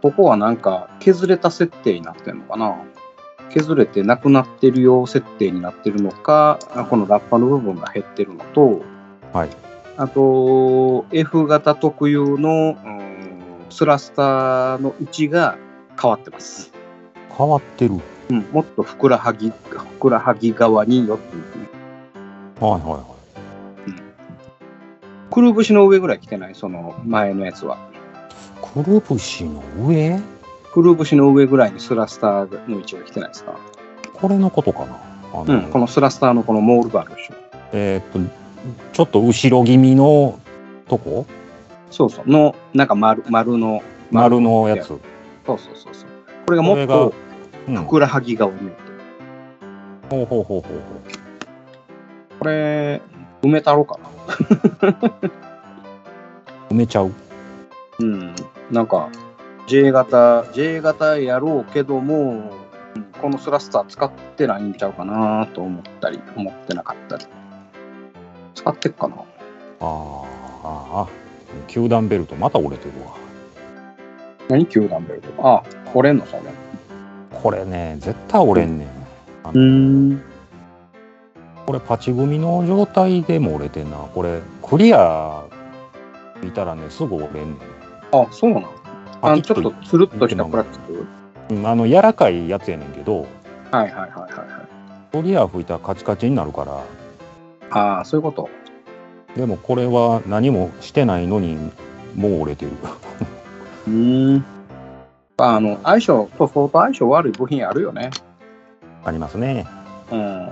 A: ここはなんか削れた設定になってるのかな削れてなくなってるよう設定になってるのかあこのラッパの部分が減ってるのと
B: はい。
A: あと F 型特有の、うん、スラスターの位置が変わってます
B: 変わってる。はい
A: うん、もっとふくらはぎ、ふくらはぎ側に寄っていくね。
B: はいは
A: くるぶしの上ぐらい来てないその前のやつは。
B: い。くるぶしの上
A: くるぶしの上ぐらいにスラスターの位置が来てないですか。
B: これのことかな。あの
A: うん、このスラスターのこのモールがあるでしょ。
B: えーっと、ちょっと後ろ気味のとこ
A: そうそう。の、なんか丸、丸の。
B: 丸のやつ。。
A: そうそうそうそう。これがも
B: これ
A: っ
B: が
A: と、
B: うん、
A: ふくらはぎ側に寄ってる。
B: ほうほうほうほうほ
A: これ、埋めたろうかな。
B: う。埋めちゃう。
A: うん、なんか J 型 J 型やろうけどもうんこのスラスター使ってないんちゃうかなと思ったり思ってなかったり使ってっかな
B: あーあー、あー球団ベルトまた折れてるわ。
A: 何球団ベルトあ折れんのそれ
B: これね、絶対折れんねん。あの
A: ん
B: これパチ組の状態でも折れてんな。これクリア見たらね、すぐ折れんねん。
A: あそうなのあの
B: パキ
A: ち
B: ッ
A: ょっとつるっとしたプラスチック
B: うんあの柔らかいやつやねんけど、
A: はいはいはいはいはい
B: クリア吹いたらカチカチになるから、
A: ああそういうこと
B: でもこれは何もしてないのにもう折れてる。
A: うんあの相性塗装と相性悪い部品あるよね
B: ありますね。
A: うん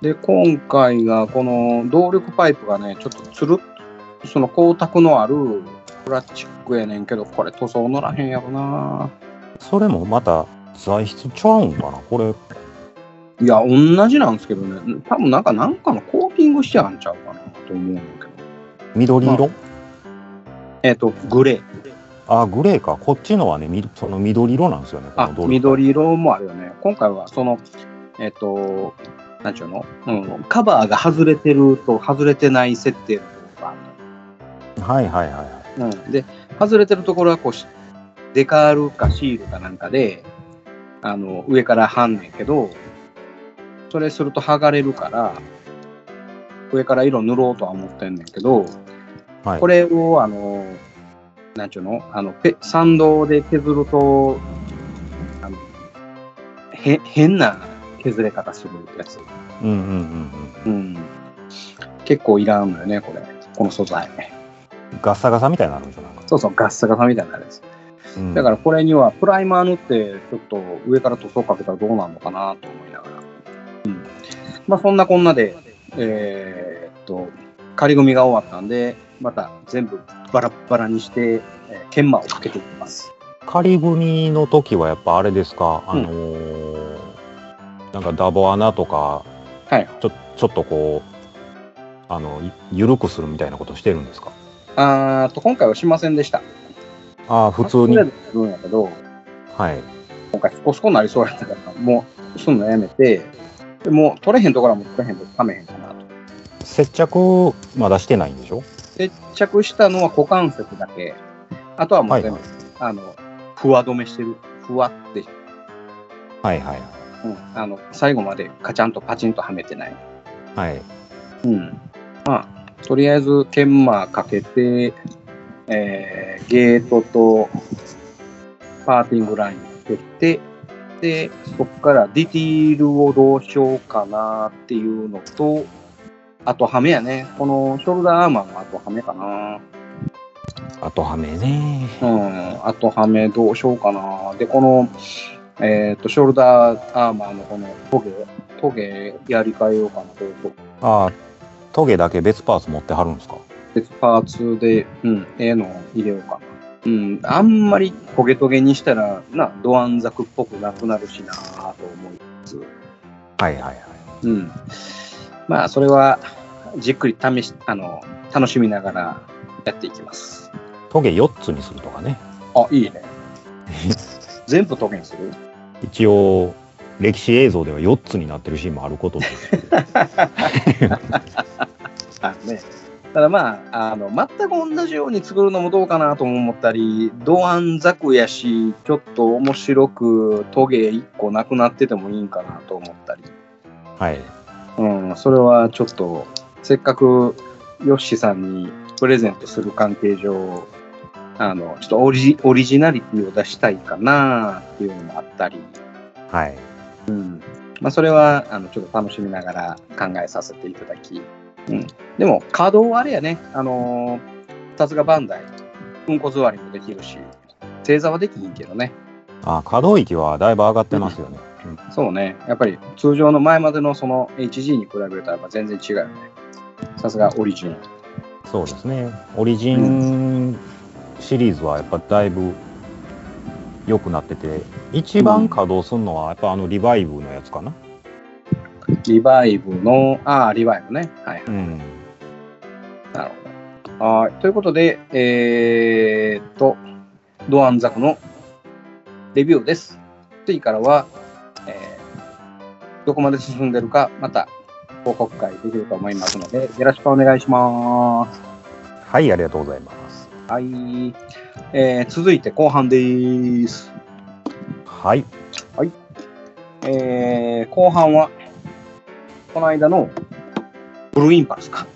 A: で今回がこの動力パイプがねちょっとつるっとその光沢のあるプラスチックやねんけどこれ塗装乗らへんやろな
B: それもまた材質ちゃうんかな。これ
A: いや同じなんですけどね多分なんかなんかのコーティングしてあんちゃうかなと思うんだけど
B: 緑色、
A: えっ、とグレー
B: あグレーか。こっちのはね、みその緑色なんですよね。こ
A: あ
B: のドル
A: 緑色もあるよね今回はそのえっ、となんちゅうの、うん、カバーが外れてると外れてない設定のとこがあるの
B: はいはいはいはい。
A: うん、で外れてるところはこうしデカールかシールかなんかであの上から貼んねんけどそれすると剥がれるから上から色塗ろうとは思ってんねんけど、
B: はい
A: これをあのなんちゅうのあのペサンドで削るとあのへ変な削れ方するやつ。
B: うんうんうん
A: うん。結構いらんのよね、これ。この素材。
B: うん。ガッサガサみたいになるんじゃないか
A: そうそう、ガッサガサみたいになるやつ。
B: な。うん
A: だからこれにはプライマー塗って、ちょっと上から塗装かけたらどうなるのかなと思いながら。うん。まあそんなこんなで、えーっと、仮組みが終わったんで、また全部バラッバラにして、えー研磨をかけていきます。
B: 仮組みの時はやっぱあれですか、あのーなんかダボ穴とか、
A: はい
B: ちょちょっとこうあのゆるくするみたいなことしてるんですか
A: あーっと、今回はしませんでした。
B: ああ普通に
A: あとりあえずやるんやけど、
B: はい
A: 今回そこそこなりそうやったから、もう、すんのやめて、でもう取れへんところはもう取れへんとかめへんかなと。
B: 接着まだしてないんでしょ
A: 接着したのは股関節だけ。あとはもう全部、
B: はい
A: あの、ふわ止めしてる。ふわって、
B: はいはい
A: うん、あの、最後までカチャンとパチンとはめてない。
B: はい
A: うん。まあ、とりあえず、研磨かけて、えーゲートとパーティングラインを蹴って、で、そこからディティールをどうしようかなっていうのと、あとハメやね。このショルダーアーマーのあとハメかな。
B: 後はめね
A: うん、あとハメどうしようかな。で、この、えっ、と、ショルダーアーマーのこのトゲ、トゲやり替えようかなというと、
B: ああトゲだけ別パーツ持ってはるんですか
A: 別パーツで、うん、ええのを入れようかな。うん、あんまりトゲトゲにしたら、な、ドアンザクっぽくなくなるしなぁと思います。
B: はいはいはい
A: うん。まあ、それは、じっくり試し、あの、楽しみながらやっていきます。
B: トゲ4つにするとかね
A: あ、いい ね。全部トゲにする
B: 一応歴史映像では4つになってるシーンもあることで
A: あるね。ただまあ、あの、全く同じように作るのもどうかなとも思ったり、ドアンザクやし、ちょっと面白くトゲ一個なくなっててもいいんかなと思ったり。
B: はい
A: うん、それはちょっと、せっかくヨッシーさんにプレゼントする関係上、あの、ちょっとオリジオリジナリティを出したいかなっていうのもあったり、
B: はい
A: うん。まあ、それは、あの、ちょっと楽しみながら考えさせていただき。うん。でも、稼働はあれやね、あのーさすがバンダイ、うんこ座りもできるし、正座はできひんけどね。
B: あ可動域はだいぶ上がってますよね、うん
A: そうね。やっぱり、通常の前までのその HG に比べると、やっぱ全然違うよね。さすがオリジン。
B: そうですね。オリジンシリーズはやっぱだいぶ良くなってて、一番稼働するのはやっぱあのリバイブのやつかな。
A: リバイブの、ああ、リバイブね。はい。
B: うん。
A: なるほど。はい。ということで、えーっと、ドアンザクのレビューです。次からは、えーどこまで進んでるか、また報告会できると思いますので、よろしくお願いします。
B: はい、ありがとうございます。
A: はい。えー続いて後半です。
B: はい。
A: えー後半は、この間のブルーインパルスか。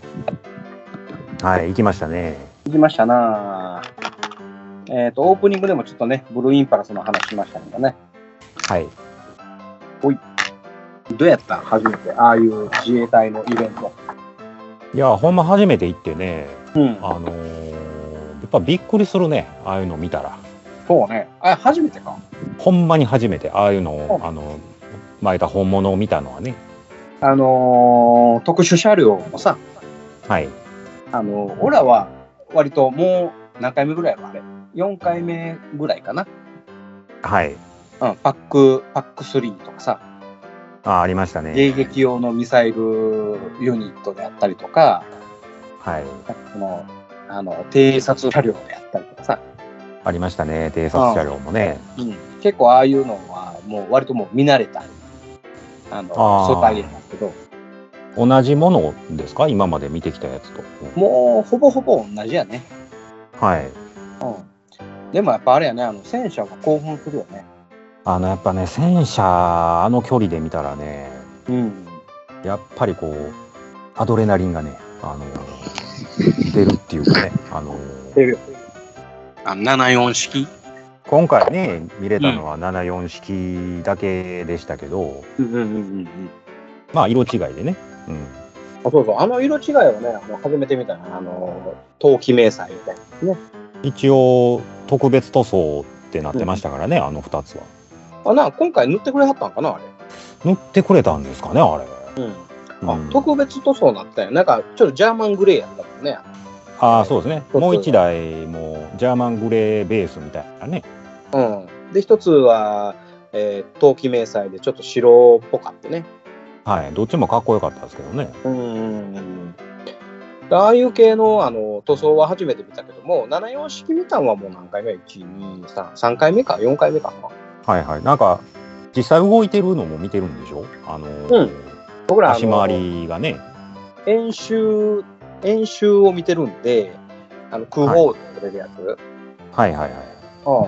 B: はい、行きましたね。
A: 行きましたなぁえっ、と、オープニングでもちょっとね、ブルーインパルスの話しましたけどね。
B: はい。
A: どうやったん初めて、ああいう自衛隊のイベント。
B: いや、ほんま初めて行ってね、
A: うん。
B: あのーやっぱびっくりするね、ああいうの見たら。
A: そうね。あ、初めてか。
B: ほんまに初めて、ああいうのを、
A: うん
B: あの、巻いた本物を見たのはね。
A: あのー特殊車両もさ、
B: はい。
A: あのー、オラは割ともう何回目ぐらいやろ、あれ。4回目ぐらいかな。
B: はい。
A: うん、パック、パック3とかさ、
B: あ、ありました
A: 迎
B: ね。
A: 撃用のミサイルユニットであったりとか、
B: はい。
A: その、あの、偵察車両であったりとかさ、
B: ありましたね。偵察車両もね。
A: うん、結構ああいうのはもう割ともう見慣れたあの
B: あー
A: 素体なんですけど
B: 同じものですか今まで見てきたやつと。
A: もうほぼほぼ同じやね、
B: はい。
A: うん、でもやっぱあれやねあの戦車が興奮するよね
B: あのやっぱね戦車あの距離で見たらね
A: うん
B: やっぱりこうアドレナリンがねあの出るっていうかねあの
A: 出るあ74式
B: 今回ね、見れたのは74式だけでしたけど、
A: うんうんうんうん。
B: まあ、色違いでね。うん。
A: あ、そうそう。あの色違いはね、あの初めて見たな。あの、陶器迷彩みたいなね。
B: 一応、特別塗装ってなってましたからね、あの2つは。
A: あ、な、今回塗ってくれはったんかな、あれ。
B: 塗ってくれたんですかね、あれ。
A: うん。
B: あ
A: あ、特別塗装になったんや。なんか、ちょっとジャーマングレーやったもんね。
B: あーそうですね。
A: そう
B: もう1台、もう、ジャーマングレーベースみたいなね。
A: うん。で、一つは、えー陶器迷彩でちょっと白っぽかってね。
B: はい。どっちもかっこよかったですけどね。
A: うん。ああいう系のあの塗装は初めて見たけども、74式見たんはもう何回目 ?1、2、3、3回目か ?4 回目かな
B: はいはい。なんか、実際動いてるのも見てるんでしょあのー、
A: うん僕らあ
B: 足
A: の
B: 回りがね。
A: 演習、演習を見てるんで、あの空砲ってくれるやつ。
B: はいはいはい。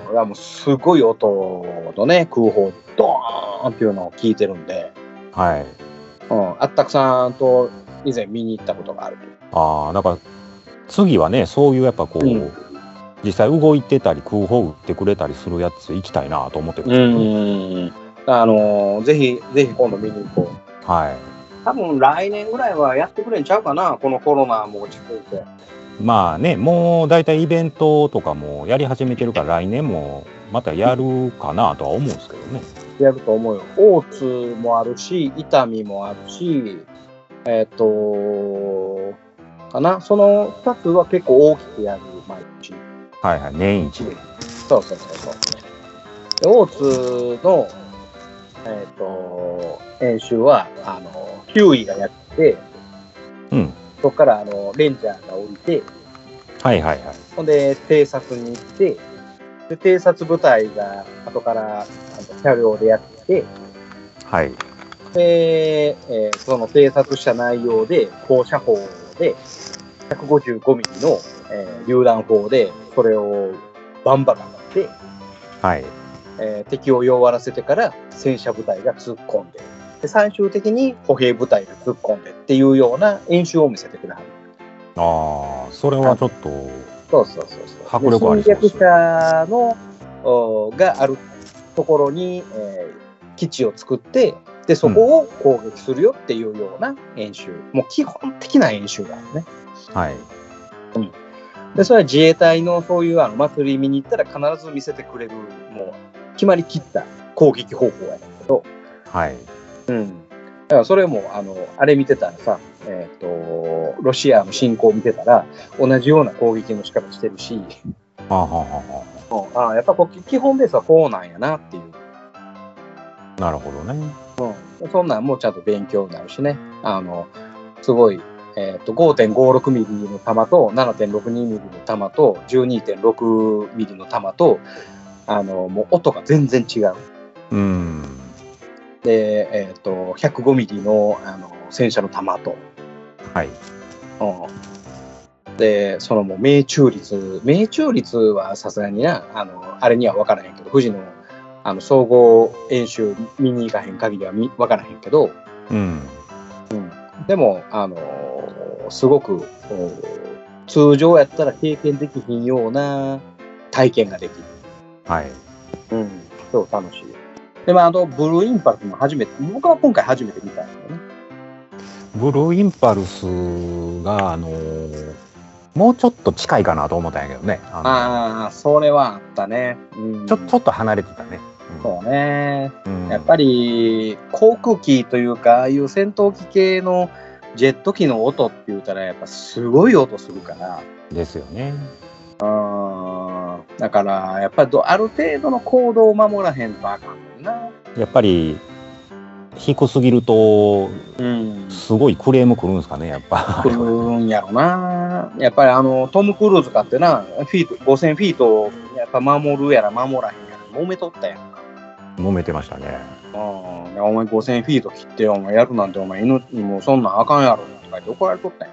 A: うん。いやもうすごい音のね、空砲、ドーンっていうのを聞いてるんで、
B: はい。
A: うん。あったくさんと以前見に行ったことがある。
B: ああ、だから、次はね、そういうやっぱこう、
A: うん
B: 実際動いてたり、空砲打ってくれたりするやつ行きたいなと思ってるん
A: う
B: ですけどね
A: ん。あのぜひ、ぜひ今度見に行こう。
B: はい。
A: 多分来年ぐらいはやってくれんちゃうかな、このコロナも落ち着いて。
B: まあね、もう大体イベントとかもやり始めてるから、来年もまたやるかなとは思うんですけどね。
A: やると思うよ。大津もあるし、伊丹もあるし、えっ、と、かな、その2つは結構大きくやる、毎日。
B: はいはい、年一で。
A: そうそうそうそう。で大津の、えっ、と、演習は、あの、9位がやって、
B: うん。
A: そこからあのレンジャーが降りて、
B: はいはいはい。
A: ほんで、偵察に行って、で、偵察部隊が後からあの車両でやってきて、
B: はい。
A: で、えーその偵察した内容で、放射砲で、155ミリの、えー榴弾砲で、それをバンバカって、
B: はい。
A: えー敵を弱らせてから戦車部隊が突っ込んで、で最終的に歩兵部隊が突っ込んでっていうような演習を見せてくれはる。
B: ああ、それはちょっと、
A: そうそうそうそう。
B: 迫力ありそうです
A: 侵略者のおがあるところに、えー基地を作って、で、そこを攻撃するよっていうような演習。もう基本的な演習があるね。
B: はい。
A: で、それは自衛隊のそういうあの祭り見に行ったら必ず見せてくれる、もう決まりきった攻撃方法やねんけど、
B: はい。
A: うん。だからそれも、あの、あれ見てたらさ、えっ、と、ロシアの侵攻見てたら、同じような攻撃の仕方してるし、
B: はあ、はあは
A: うんああやっぱこう基本ベースはこうなんやなっていう。
B: あはあ、なるほどね。
A: そんなんもちゃんと勉強になるしね。あの、すごい、えっ、と、5.56ミリの弾と、7.62ミリの弾と、12.6ミリの弾と、あの、もう音が全然違う。
B: うん。
A: で、えっ、と、105ミリの、あの、戦車の弾と、
B: はい。
A: うんで、そのもう命中率、命中率はさすがにな、あの、あれには分からへんけど、富士のあの総合演習見に行かへん限りはみ分からへんけど、
B: うん。
A: でも、あの、すごく、お通常やったら経験できひんような体験ができる。
B: はい。
A: うん。超楽しい。で、まあ、あの、ブルーインパルスも初めて、僕は今回初めて見たんだよね。
B: ブルーインパルスが、あのーもうちょっと近いかなと思ったんやけどね。あの
A: ああ、それはあったね。うん。
B: ちょちょっと離れてたね。
A: そうね。
B: うん
A: やっぱ、り航空機というか、ああいう戦闘機系のジェット機の音って言ったら、やっぱすごい音するから、
B: うんですよね。
A: あーだから、やっぱりどある程度の行動を守らへんとあかんねんな。
B: やっぱり、低すぎると、
A: うん
B: すごいクレームくるんですかね、やっぱ
A: 来。るんやろな。やっぱりあの、トム・クルーズかってな、フィート、5000フィートをやっぱ守るやら守らへんやら、揉めとったやんか。
B: 揉めてましたね。
A: うん、いやお前5000フィート切って、お前やるなんてお前犬、もうそんなんあかんやろとか言って怒られとったや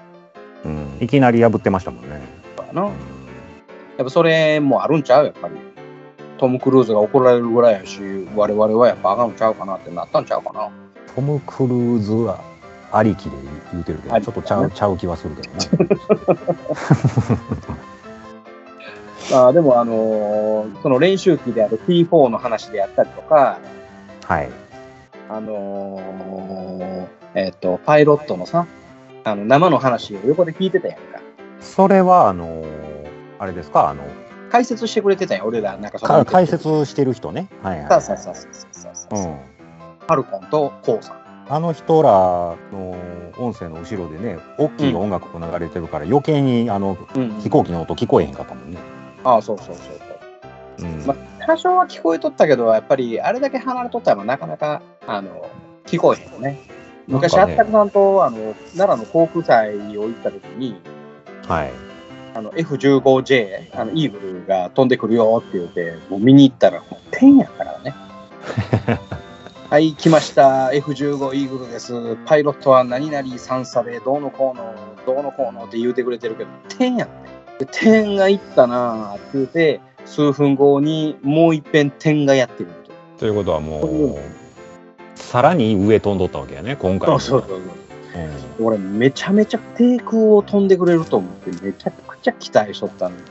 A: ん
B: うん。いきなり破ってましたもんね。
A: からな。
B: うん
A: やっぱそれもあるんちゃうやっぱり。トム・クルーズが怒られるぐらいやし、我々はやっぱあかんちゃうかなってなったんちゃうかな。
B: トム・クルーズはありきで言うてるけ
A: あ
B: ど、
A: り
B: ち
A: き
B: ょ
A: だね
B: っとちゃう,、ちゃう気はするけどね。
A: まあ、でも、あのーその練習機である T4 の話であったりとか、
B: はい。
A: あのーえっ、と、パイロットのさ、あの、生の話を横で聞いてたやんか。
B: それは、あのーあれですか、あの、
A: 解説してくれてたやん、俺ら、なんかその
B: か解説してる人ね。はいはい、は
A: そ
B: いう
A: そうそうそうそうそうう。
B: ん。
A: ハルコンとコウさん。
B: あの人らの音声の後ろでね、大きい音楽が流れてるから、余計にあの
A: うん
B: 飛行機の音聞こえへんかったもんね。
A: ああ、そうそうそうそう。
B: うん
A: ま多少は聞こえとったけど、やっぱりあれだけ離れとったらなかなかあの聞こえへんよね。昔、あ
B: なん
A: った
B: かね
A: くさんとあの奈良の航空祭を行った時に、
B: はい。
A: あの F15J、あのイーグルが飛んでくるよって言って、もう見に行ったら、天やからね。はい、来ました、F15 イーグルです、パイロットは何々3差で、どうのこうの、どうのこうのって言うてくれてるけど、天やって。で天が行ったなあって言うて、数分後にもう一遍点がやってくると。
B: ということはも
A: う
B: う、さらに上飛んどったわけやね、今回
A: そ
B: も。
A: うそうそう
B: うん
A: そう。俺、めちゃめちゃ低空を飛んでくれると思って、めちゃくちゃ期待しとったんで、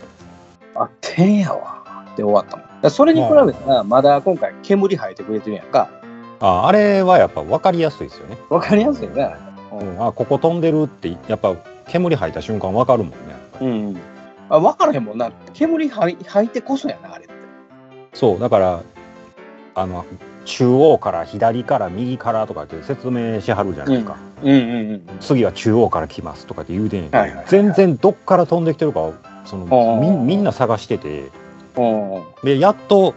A: あ、天やわって終わったもん。だからそれに比べたら、まだ今回、煙吐いてくれてるやんか。
B: ああれはやっぱ分かりやすいですよね。
A: わかりやすいよね。
B: うんあここ飛んでるって、やっぱ煙吐いた瞬間分かるもんね。
A: うん。あ、わからへんもんな。煙吐い吐いてこそやな、あれって。
B: そう、だから、あの、中央から左から右からとかって説明しはるじゃないですか。
A: うんうんうん。
B: 次は中央から来ますとかって言うてんやけど、
A: はいはいはい
B: 全然どっから飛んできてるかその
A: あ
B: み
A: ー
B: みんな探してて
A: お
B: でやっと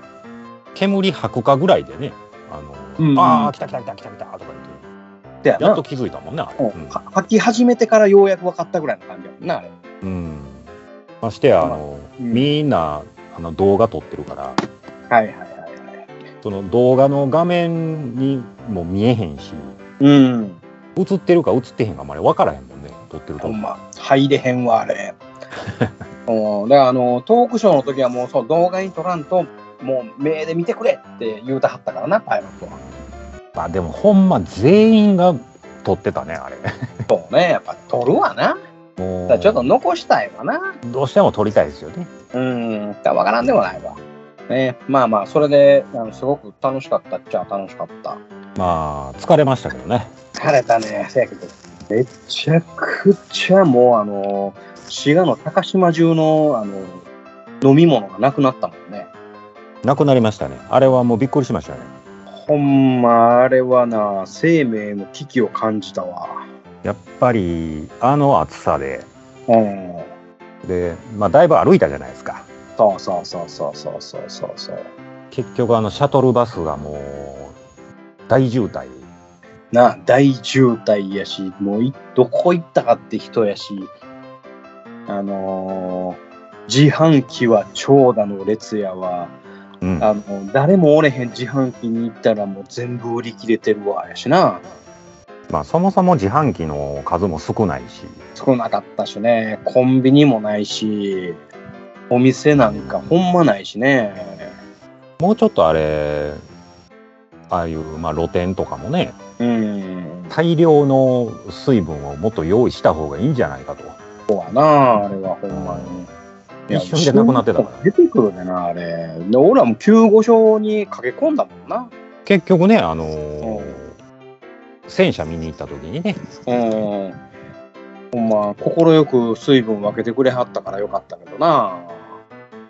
B: 煙吐くかぐらいでね「あの
A: うんうん
B: ああ来た来た来た来た来た」とか言っ
A: でや
B: てやっ
A: な
B: と。気づいたもんねあれ。
A: う
B: うん
A: んは吐き始めてからようやく分かったぐらいの感じやもんな、あれ。
B: うんましてやあの、
A: うん
B: みんなあの動画撮ってるから
A: はいはいはいはい。
B: その動画の画面にも見えへんし
A: うん。
B: 映ってるか映ってへんかまで分からへんもんね撮ってると。
A: ほんま、入れへんわ、あれ。 うん、だからあの、トークショーの時はもうそう動画に撮らんと、もう目で見てくれって言うたはったからな、パイロットは。
B: まあでもほんま全員が撮ってたねあれ。
A: そうね、やっぱ撮るわな。だ
B: もう
A: からちょっと残したいわな。
B: どうしても撮りたいですよね。
A: うん、だからわからんでもないわ。ね、まあまあ、それで、あのすごく楽しかったっちゃ楽しかった。
B: まあ、疲れましたけどね。
A: 晴れたね、せやけど。めちゃくちゃもう、あの、滋賀の高島中の、あの、飲み物がなくなったもんね。
B: なくなりましたね。あれはもうびっくりしましたね。
A: ほんま、あれはな、生命の危機を感じたわ。
B: やっぱり、あの暑さで、
A: うん。
B: で、まあ、だいぶ歩いたじゃないですか。
A: そうそうそうそうそうそうそうそう。
B: 結局、あの、シャトルバスがもう、大渋滞。
A: な、大渋滞やし、もういどこ行ったかって人やし、あのー自販機は長蛇の列やわ。
B: うん。
A: あの誰もおれへん自販機に行ったらもう全部売り切れてるわやしな
B: まあ、そもそも自販機の数も少ないし、
A: 少なかったしねコンビニもないしお店なんかほんまないしね
B: もうちょっとあれ、ああいう、まあ、露店とかもね、
A: うん
B: 大量の水分をもっと用意した方がいいんじゃないかと。
A: そうやなあれはほんまに。いや
B: 一瞬でなくなってたからね
A: 出てくるでなあれで俺はもう救護所に駆け込んだもんな
B: 結局ね、あのー戦車見に行った時にね、
A: うんほんま快く水分分けてくれはったからよかったけどな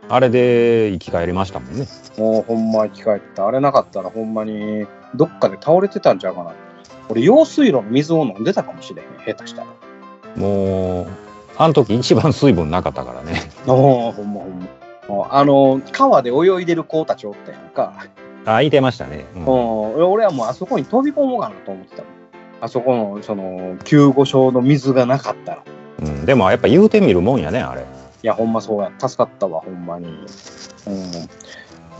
B: あれで生き返りましたもんね。
A: もうほんま生き返った。あれなかったらほんまにどっかで倒れてたんちゃうかな。俺、用水路の水を飲んでたかもしれへん。下手したら。
B: もう、あの時一番水分なかったからね。
A: おお、ほんまほんま。もうあの川で泳いでる子たちおったやんか、
B: あ、いてましたね。
A: う
B: うん
A: ん、俺はもうあそこに飛び込もうかなと思ってたもんあそこのその救護所の水がなかったらい
B: うんでもやっぱ言うてみるもんやね、あれ。
A: やほんまそうや助かったわほんまに、うん、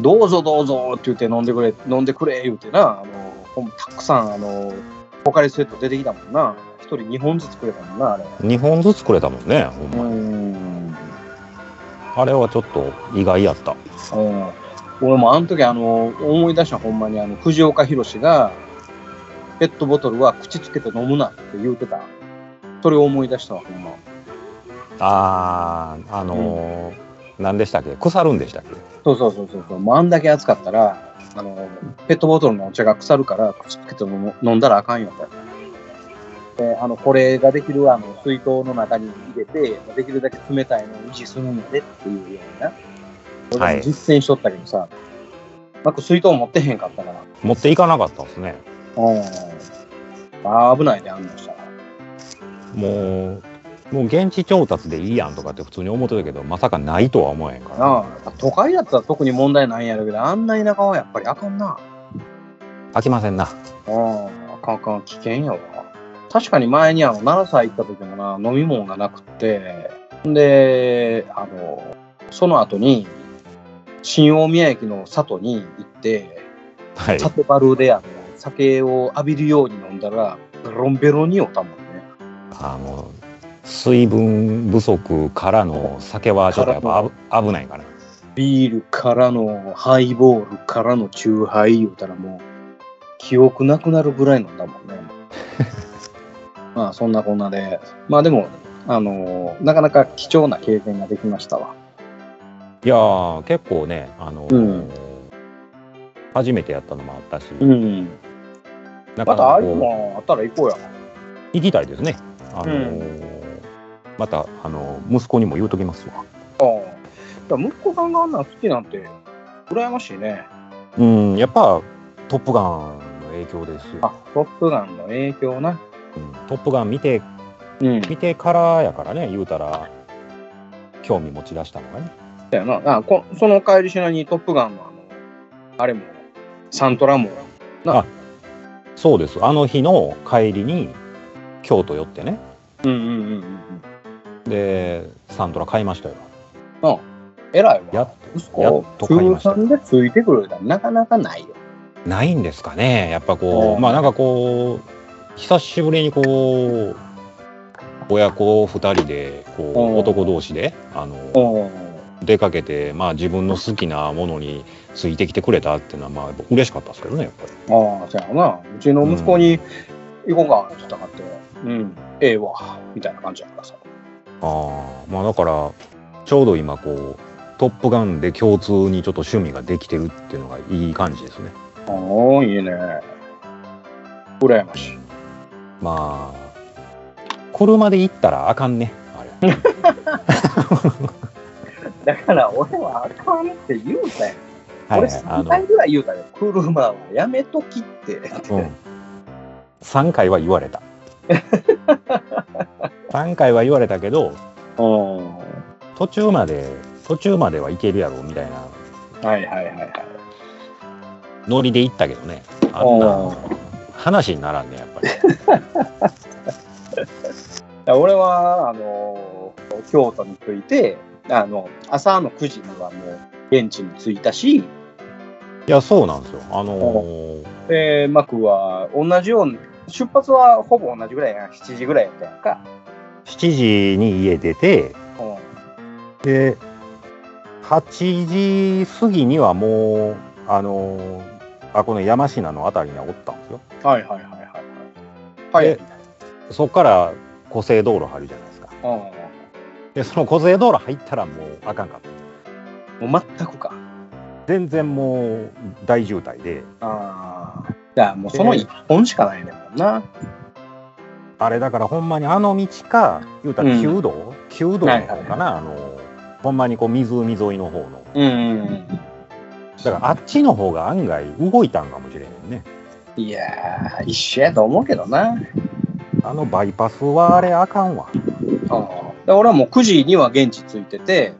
A: どうぞどうぞって言って飲んでくれ飲んでくれ言うてなあのほんまたくさんあのポカリスエット出てきたもんな一人2本ずつくれたもんなあれ
B: 2本ずつくれたもんね、ほんまに
A: ん。
B: あれはちょっと意外やった。
A: うん俺もあの時あの思い出したほんまにあの藤岡弘がペットボトルは口つけて飲むなって言うてたそれを思い出したわほんま
B: あー、あのー何でしたっけ腐るんでしたっけ
A: そうそうそうそうそう。もうあんだけ暑かったら、あの、ペットボトルのお茶が腐るから、口つけて飲飲んだらあかんよと。で、あの、これができるあの、水筒の中に入れて、できるだけ冷たいのを維持するんやでっていうような。
B: は
A: 俺
B: い
A: も実践しとったけどさ、なんか水筒持ってへんかったから。
B: 持っていかなかったんですね
A: うん。あー危ないね、あんなんしたら。
B: もうもう現地調達でいいやんとかって普通に思ってたけどまさかないとは思えへんから
A: なあ、都会だったら特に問題ないんやろうけど、あんな田舎はやっぱりあかんな。
B: 飽きませんな
A: ああ、あかんあかん、危険やわ。確かに前にあの、7歳行った時もな、飲み物がなくって、で、あの、その後に、新大宮駅の里に行って、
B: はい
A: 里バルであの、酒を浴びるように飲んだら、ベロンベロンに酔ったもんね。
B: あの水分不足からの酒はちょっとやっぱ危危ないから
A: ビールからのハイボールからのチューハイ言うたらもう、記憶なくなるぐらいなんだもん ね。まあそんなこんなで、まあでも、あのーなかなか貴重な経験ができましたわ。
B: いやー結構ねあの、
A: うん
B: 初めてやったのもあったし、
A: うん。
B: な
A: ま
B: かな
A: たあ
B: か
A: あいう
B: こ
A: のあったら行こうや。
B: う行きたいですねあの、
A: う
B: またあの息子にも言うときますわ
A: だから息子さんがあんなの好きなんて、羨ましいね。
B: うんやっぱ「トップガン」の影響ですよ、
A: あ、トップガンの影響な。
B: うんトップガン」見て
A: うん。
B: 見てからやからね言うたら興味持ち出したのがね
A: だよな。あこその帰りしなにトップガンのあの、あれも、サントラも、
B: そうですあの日の帰りに京都寄ってね
A: うんうんうんうんうん。
B: でサントラ買いましたよ
A: 偉いわ。
B: やっ
A: 息
B: や
A: 子
B: っと買いました
A: 中3でついてくるのはなかなかないよ。
B: ないんですかねやっぱこ
A: うん
B: うまあなんかこう久しぶりにこう親子2人でこ
A: うん
B: う男同士であの
A: う
B: 出かけてまあ自分の好きなものについてきてくれたっていうのはまあやっぱ嬉しかったですけどねやっぱり
A: ん。ああ、そやな。うちの息子に行こうかって言ったかって、うん、ええわ、みたいな感じやからさ。
B: ああまあだからちょうど今こう「トップガン」で共通にちょっと趣味ができてるっていうのがいい感じですね
A: ああ、いいね。羨ましい。
B: まあ車で行ったらあかんねあれ
A: だから俺はあかんって言うたやん。
B: は
A: 俺
B: いあ
A: 3
B: の
A: 回ぐらい言うたよ。車はやめときって。
B: うん、3回は言われ た3回は言われたけど
A: うん。
B: 途中まで途中まではいけるやろみたいな
A: はいはいはいはい。
B: ノリで行ったけどねあんな話にならんねやっぱり
A: い や俺は、あのー京都に着いて、あの、朝の9時にはもう、現地に着いたし、
B: いやそうなんですよあのー
A: で、マクは、同じように、出発はほぼ同じぐらいやん、7時ぐらいやったやんか。
B: 7時に家出て
A: うん。
B: で8時過ぎにはもうあのーあこの山科の辺りにはおったんですよ
A: はいはいはいはい。はい。
B: でそっから湖西道路入るじゃないですか
A: うん。も
B: でその湖西道路入ったらもうあかんかった
A: う全くか。
B: 全然もう大渋滞で
A: ああ。じゃあもうその一本しかないねんもんな。
B: あれだからほんまにあの道か言うた
A: う
B: ら
A: ん
B: 旧道、旧道の方かな、あのほんまにこう湖沿いの方の
A: うん。
B: だからあっちの方が案外動いたんかもしれへんね
A: いやー、一緒やと思うけどな。
B: あのバイパスはあれあかんわ
A: うん。で俺はもう9時には現地着いてて、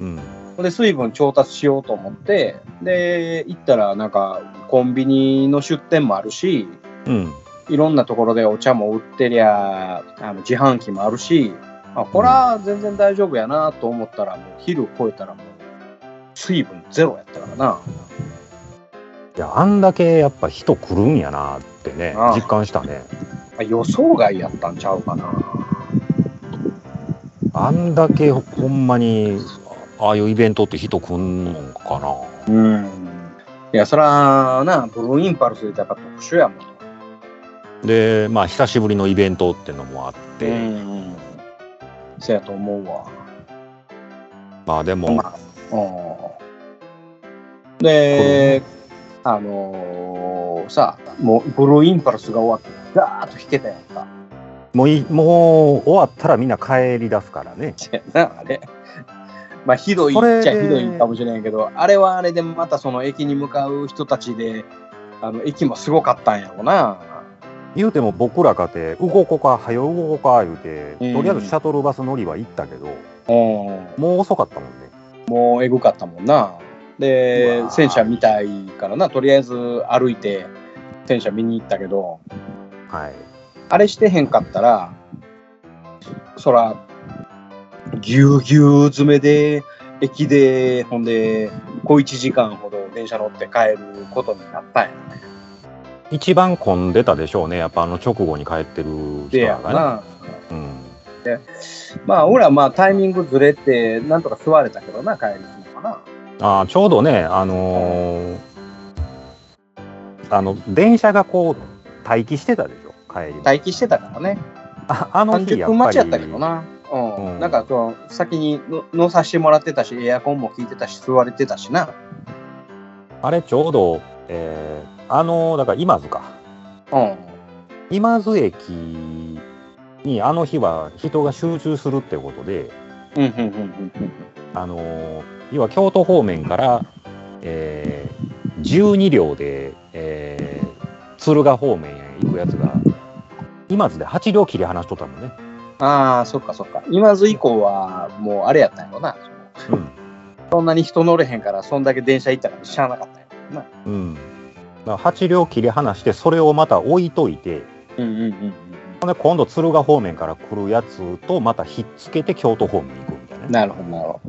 B: うん
A: で、水分調達しようと思って、で、行ったらなんか、コンビニの出店もあるし、
B: うん
A: いろんなところでお茶も売ってりゃ、あの自販機もあるし、あ、これは全然大丈夫やなと思ったら、もう昼超えたらもう、水分ゼロやったからな。
B: いやあんだけやっぱ人来るんやなってね
A: ああ
B: 実感したね
A: あ予想外やったんちゃうかな。
B: あんだけほんまにああいうイベントって人来んのかな
A: うん。いや、そらな、ブルーインパルスってやっぱ特殊やもん。
B: でまあ久しぶりのイベントってのもあって、
A: うん。そやと思うわ。
B: まあでも、
F: ま
A: うんで、あのーさ、もうブルーインパルスが終わって、ガーッと弾けたやんか。
B: もういもう終わったらみんな帰り出すからね。
A: なあれ。まあ、ひどい
B: それ
A: っちゃ
B: で
A: ひどいかもしれないけど、あれはあれでまたその駅に向かう人たちで、あの駅もすごかったんやろうな。
B: 言うても僕らかて、動こうか、早う動こうか、言うて、
A: うん
B: とりあえずシャトルバス乗りは行ったけど、
A: うん。
B: もう遅かったもんね。
A: もうエグかったもんな。で
B: う、わ
A: 戦車見たいからな、とりあえず歩いて戦車見に行ったけど、
B: はい。
A: あれしてへんかったら、そら、ぎゅうぎゅう詰めで、駅で、ほんで、小一時間ほど電車乗って帰ることになったんやな。
B: 一番混んでたでしょうね、やっぱあの直後に帰ってる
A: で
B: 人
A: や
B: ら
A: な。
B: がね。うん
A: まあ、俺はまあタイミングずれて、なんとか座れたけどな、帰りにかな。
B: あーちょうどね、あのーあの電車がこう待機してたでしょ、帰りも
A: 待機してたからね。
B: ああの
A: 30
B: 日やっぱり
A: 分待ちやったけどな。うん。
B: うん
A: なんかその、先にの乗させてもらってたし、エアコンも効いてたし、座れてたしな。
B: あれちょうど、えーあのーだから今津か
A: うん。
B: 今津駅にあの日は人が集中するってことで、
A: うん、うん、うん、うん。
B: あのー要は京都方面から、えー12両で、えー敦賀方面へ行くやつが今津で8両切り離しとったもんね。
A: ああ、そっかそっか。今津以降は、もうあれやったんやろな。
B: うん
A: そんなに人乗れへんから、そんだけ電車行ったから知らなかったんやろな。
B: うん、だから8両切り離してそれをまた置いといて
A: うん、うん、うんうん。
B: ほんで今度敦賀方面から来るやつとまたひっつけて京都方面に行くみたいなね
A: なるほど、なるほ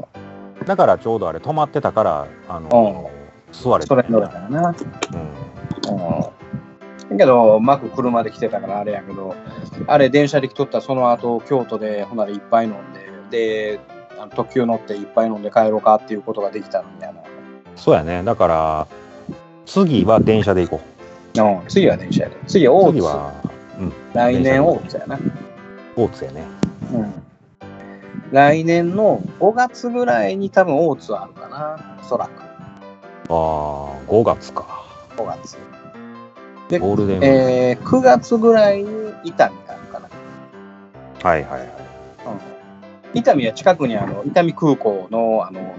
A: ど。
B: だからちょうどあれ止まってたからあの座れて
A: それ
B: た
A: 乗れたらな。
B: うん
A: うん。けど、うまく車で来てたからあれやけど、あれ電車で来とったらその後、京都でほんならいっぱい飲んで、で、あの特急乗っていっぱい飲んで帰ろうかっていうことができたのにや
B: そうやねだから次は電車で行こ
A: な。うん、次は電車やで。次は
B: う
A: 大
B: 次
A: 津。
B: は、うん、
A: 来年大津やな。
B: 大津やね
A: うん。来年の5月ぐらいに多分大津はあるかな。おそらく。
B: ああ5月か
A: 5月。で
B: ゴールデンウィーク、
A: えー、9月ぐらいに伊丹があるかな。
B: はいはいはい
A: 伊丹は近くにあの伊丹空港のあの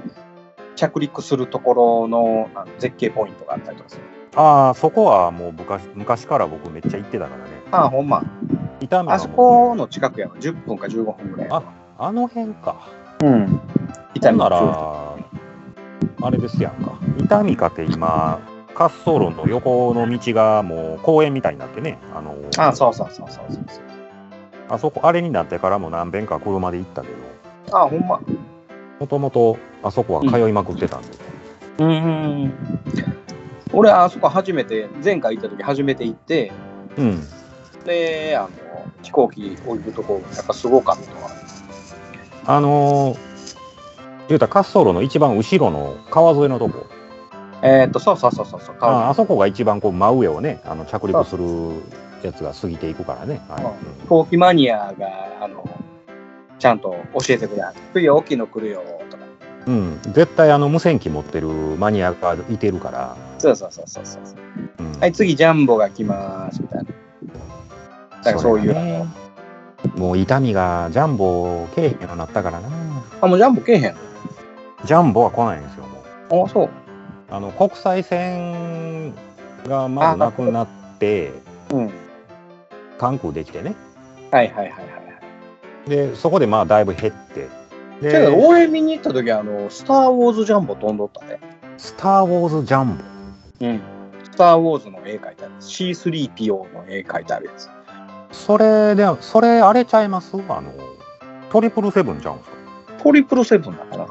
A: 着陸するところのあの絶景ポイントがあったりとかする。
B: ああそこはもう昔昔から僕めっちゃ行ってたからね
A: ああ、ほんま。
B: 痛みは
A: あ
B: もう
A: そこの近くやわ。10分か15分ぐらいやわ。
B: ああの辺か
A: うん。伊
B: ほん
A: 丹
B: な
A: の
B: ら、あれですやんか、痛みかて今、滑走路の横の道がもう公園みたいになってね、あの
A: ああ、そうそうそうそうそうそう。
B: あそこ、あれになってからも何遍か車で行ったけど、
A: ああ、ほんま。
B: もともとあそこは通いまくってたんで、
A: うん。俺、あそこ初めて、前回行った時初めて行って、
B: うん、
A: で、あの、飛行機降りるとこ、やっぱすごかったわ。
B: あのー、言うたら滑走路の一番後ろの川沿いのとこ、
A: えーっと、そうそうそうそうそう。
B: ああそこが一番こう真上をね、あの着陸するやつが過ぎていくからね。はい
A: うん
B: うん
A: 飛行機マニアがあのちゃんと教えてくれはる冬大きいの来るよとか
B: うん、絶対あの無線機持ってるマニアがいてるから、
A: そうそうそうそうそう
B: うん
A: はい次ジャンボが来ますみたいなだからそういう、
B: れがねもう痛みがジャンボ経費になったからな
A: あもうジャンボ来えへん
B: ジャンボは来ないんですよもう
A: のあそう
B: あの国際線がまずなくなって
A: うん
B: 関空できてね
A: はいはいはいはいはい
B: でそこでまあだいぶ減って
A: けど
B: で
A: 応援見に行った時あの「スター・ウォーズ・ジャンボ」飛んどったね
B: 「スター・ウォーズ・ジャンボ
A: うん「スター・ウォーズ」の絵描いてある C3PO の絵描いてあるやつ」
B: それでそれあれちゃいますあのトリプルセブンちゃうんですか
A: トリプルセブンだから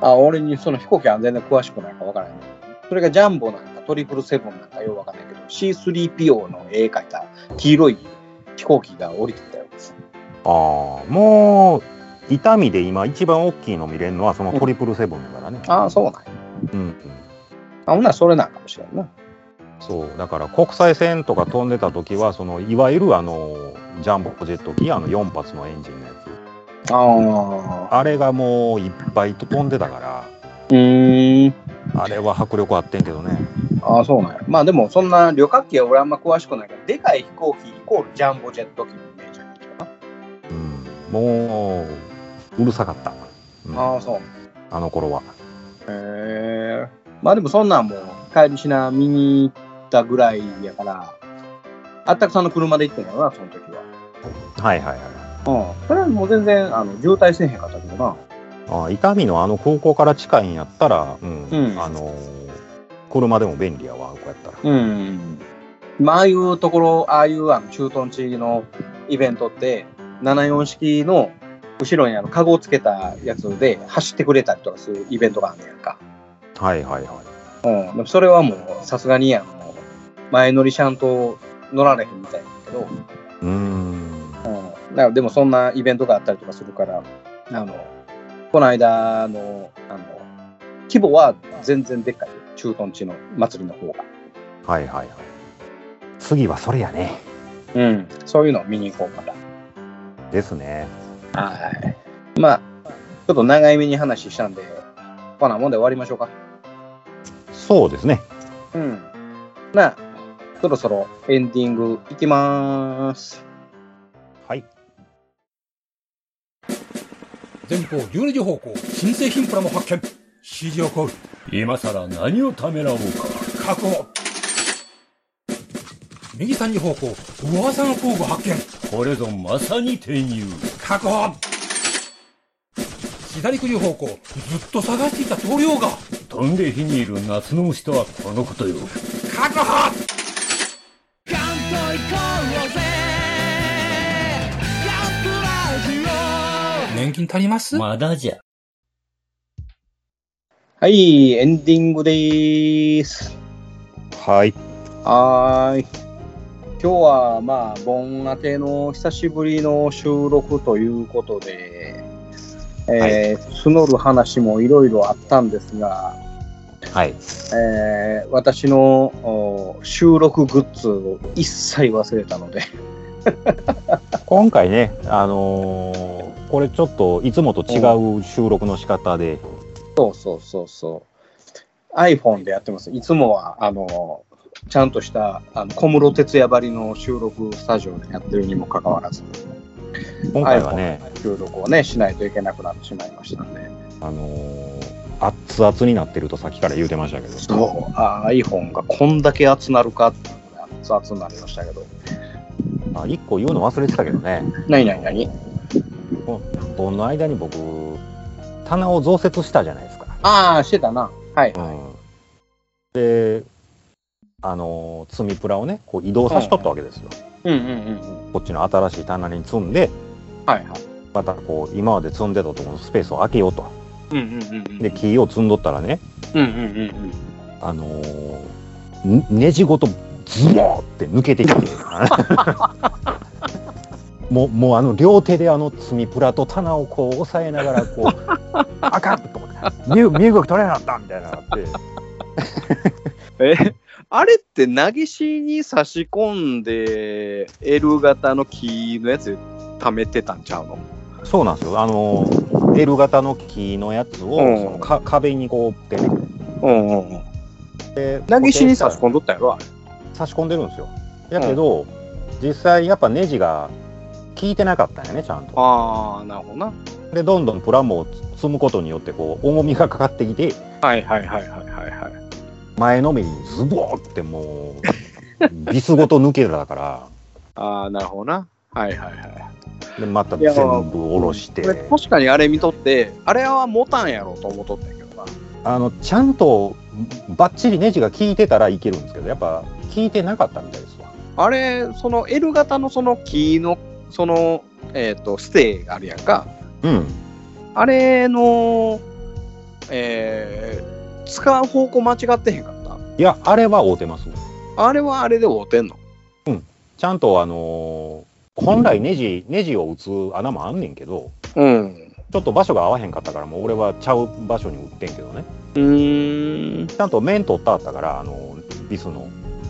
A: あ俺にその飛行機は全然詳しくないから分からないそれがジャンボなんかトリプルセブンなんかよう分かんないけど C3PO の絵描いた黄色い飛行機が降りてきたよ
B: ああもう痛みで今一番大きいの見れるのはそのトリプルセブンだからね、
A: ああそうなんや
B: うんうん、
A: あほんならそれなんかもしれんな
B: そうだから国際線とか飛んでた時はそのいわゆるあのジャンボジェット機あの4発のエンジンのやつ
A: ああ。
B: あれがもういっぱい飛んでたか
A: うーん。
B: ら、あれは迫力あってんけどね。
A: ああ、そうなんや。まあでも、そんな旅客機は俺あんま詳しくないから、でかい飛行機イコールジャンボジェット機のイメージやねんけどな
B: うん、もう、うるさかった。うん
A: ああ、そう。
B: あの頃
A: へ
B: は。
A: え。まあでもそんなんもう、帰りしな見に行ったぐらいやから、あったくさんの車で行ってんやろな、その時は。
B: はいはいは
A: うん。それはもう全然、あの、渋滞せえへんかったけどな。
B: い。あ伊丹のあの空港から近いんやったら、うん、
A: うん
B: あのー車でも便利やわ、こうやったら。
A: うん。まあ、ああいうところ、ああいうあの駐屯地のイベントって、74式の後ろにあの、カゴをつけたやつで走ってくれたりとかするイベントがあんねやんか。
B: はいはいはい。
A: うん。でもそれはもう、さすがに、あの、前乗りちゃんと乗られへんみたいだけど、
B: うーん。
A: だからでもそんなイベントがあったりとかするから、あの、この間の、あの、規模は全然でっかいよ。駐屯地の祭りの方が。
B: はいはいはい。次はそれやね。
A: うん。そういうのを見に行こう、また。
B: ですね。
A: はい。まあ、ちょっと長い目に話したんで、こんなもんで終わりましょうか。
B: そうですね。
A: うん。なあ、そろそろエンディングいきまーす。
B: はい。
H: 前方12時方向、新製品プラも発見。指示を行う。
D: 今さら何をためらおうか
H: 確保。右3時方向、噂の工具発見。
D: これぞまさに転入
H: 確保。左9時方向、ずっと探していた棟梁が。
D: 飛んで火にいる夏の虫とはこのことよ
H: 確保年金足ります
D: まだじゃ
A: はい、エンディングでーす。
B: はい。
A: はーい。今日はまあ、盆明けの久しぶりの収録ということで、えー募る話もいろいろあったんですが、
B: はい。
A: えー私のお収録グッズを一切忘れたので、
B: 今回ね、あのーこれちょっといつもと違う収録の仕方で、
A: そうそうそうそう、iPhone でやってます。いつもは、あの、ちゃんとしたあの小室哲哉ばりの収録スタジオでやってるにもかかわらず、
B: 今回はね、
A: iPhone の収録をね、しないといけなくなってしまいましたんで、
B: あのー熱々になってるとさっきから言うてましたけど、
A: そう、あ iPhone がこんだけ熱なるかっていうのが熱々になりましたけど。
B: あ1個言うの忘れてたけどね、
A: なになになに
B: この間に僕、棚を増設したじゃないですか。
A: ああ、してたな。はい。
B: うん、で、あのー積みプラをね、こう移動さしとったわけですよ。
A: うんうんうん。
B: こっちの新しい棚に積んで、
A: はいはい。
B: またこう今まで積んでたところのスペースを空けようと。
A: うんうんうん。
B: で、木を積んどったらね、
A: うんうんうん
B: あのーねネジごとズボーって抜けてき てもうもうあの両手であの積みプラと棚をこう押さえながらこうあかんと思って身身動き取れなかったみたいなのがあっ
A: う
B: て
A: ん。えあれって、なぎしに差し込んで、L 型の木のやつ、貯めてたんちゃうの
B: そうなんですよあのー L 型の木のやつを、
A: うん
B: そのか壁にこう出て
A: うんうんうん。
B: で
A: なぎしに差し込
B: 固定したら
A: んどったやろ、あれ。
B: 差し込んでるんですよやけど、実際やっぱネジが効いてなかったんやねちゃんと
A: ああ、なるほどな。
B: でどんどんプラモを積むことによってこう重みがかかってきて
A: はいはいはいはいはいはい。
B: 前のめりにズボーってもうビスごと抜けた から
A: ああ、なるほどな。はいはいはい。
B: でまた全部下ろして
A: これ確かにあれ見とって、あれは持たんやろと思っとったんやけどな。
B: あのちゃんとバッチリネジが効いてたらいけるんですけどやっぱ効いてなかったみたいですわ
A: あれ、その L 型のその木の、その、えっ、と、ステーあるやんか。
B: うん
A: あれの、えー使う方向間違ってへんかっ
B: いやあれは合うてます
A: た。あれはあれで合うてんの。
B: ちゃんとあのー本来ネジネジを打つ穴もあんねんけど
A: うん。
B: ちょっと場所が合わへんかったからもう俺はちゃう場所に打ってんけどね
A: うーん。
B: ちゃんと面取ったあったからあのービスの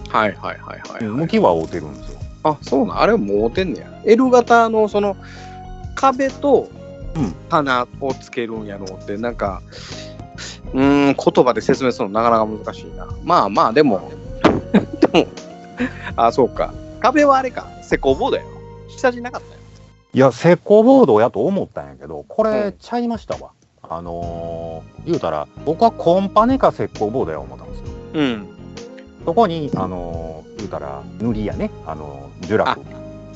A: はいはいはいはい、は
B: 向
A: い。
B: きは合うてるんですよ
A: あ、そうなん。あれはもう合うてんねや。L 型のその壁と、
B: うん
A: 花をつけるんやろうって、なんか、うーん、言葉で説明するのなかなか難しいな。まあまあ、でも、 でも、あ、そうか。壁はあれか、施工棒だよ。下地なかったよ。
B: いや、石膏ボードやと思ったんやけど、こ
A: うん
B: れ、ちゃいましたわ。あのー、言うたら、僕はコンパネか石膏ボードや思ったんですよ。
A: うん。
B: そこに、あのー、言うたら、塗りやね、あのー、呪楽。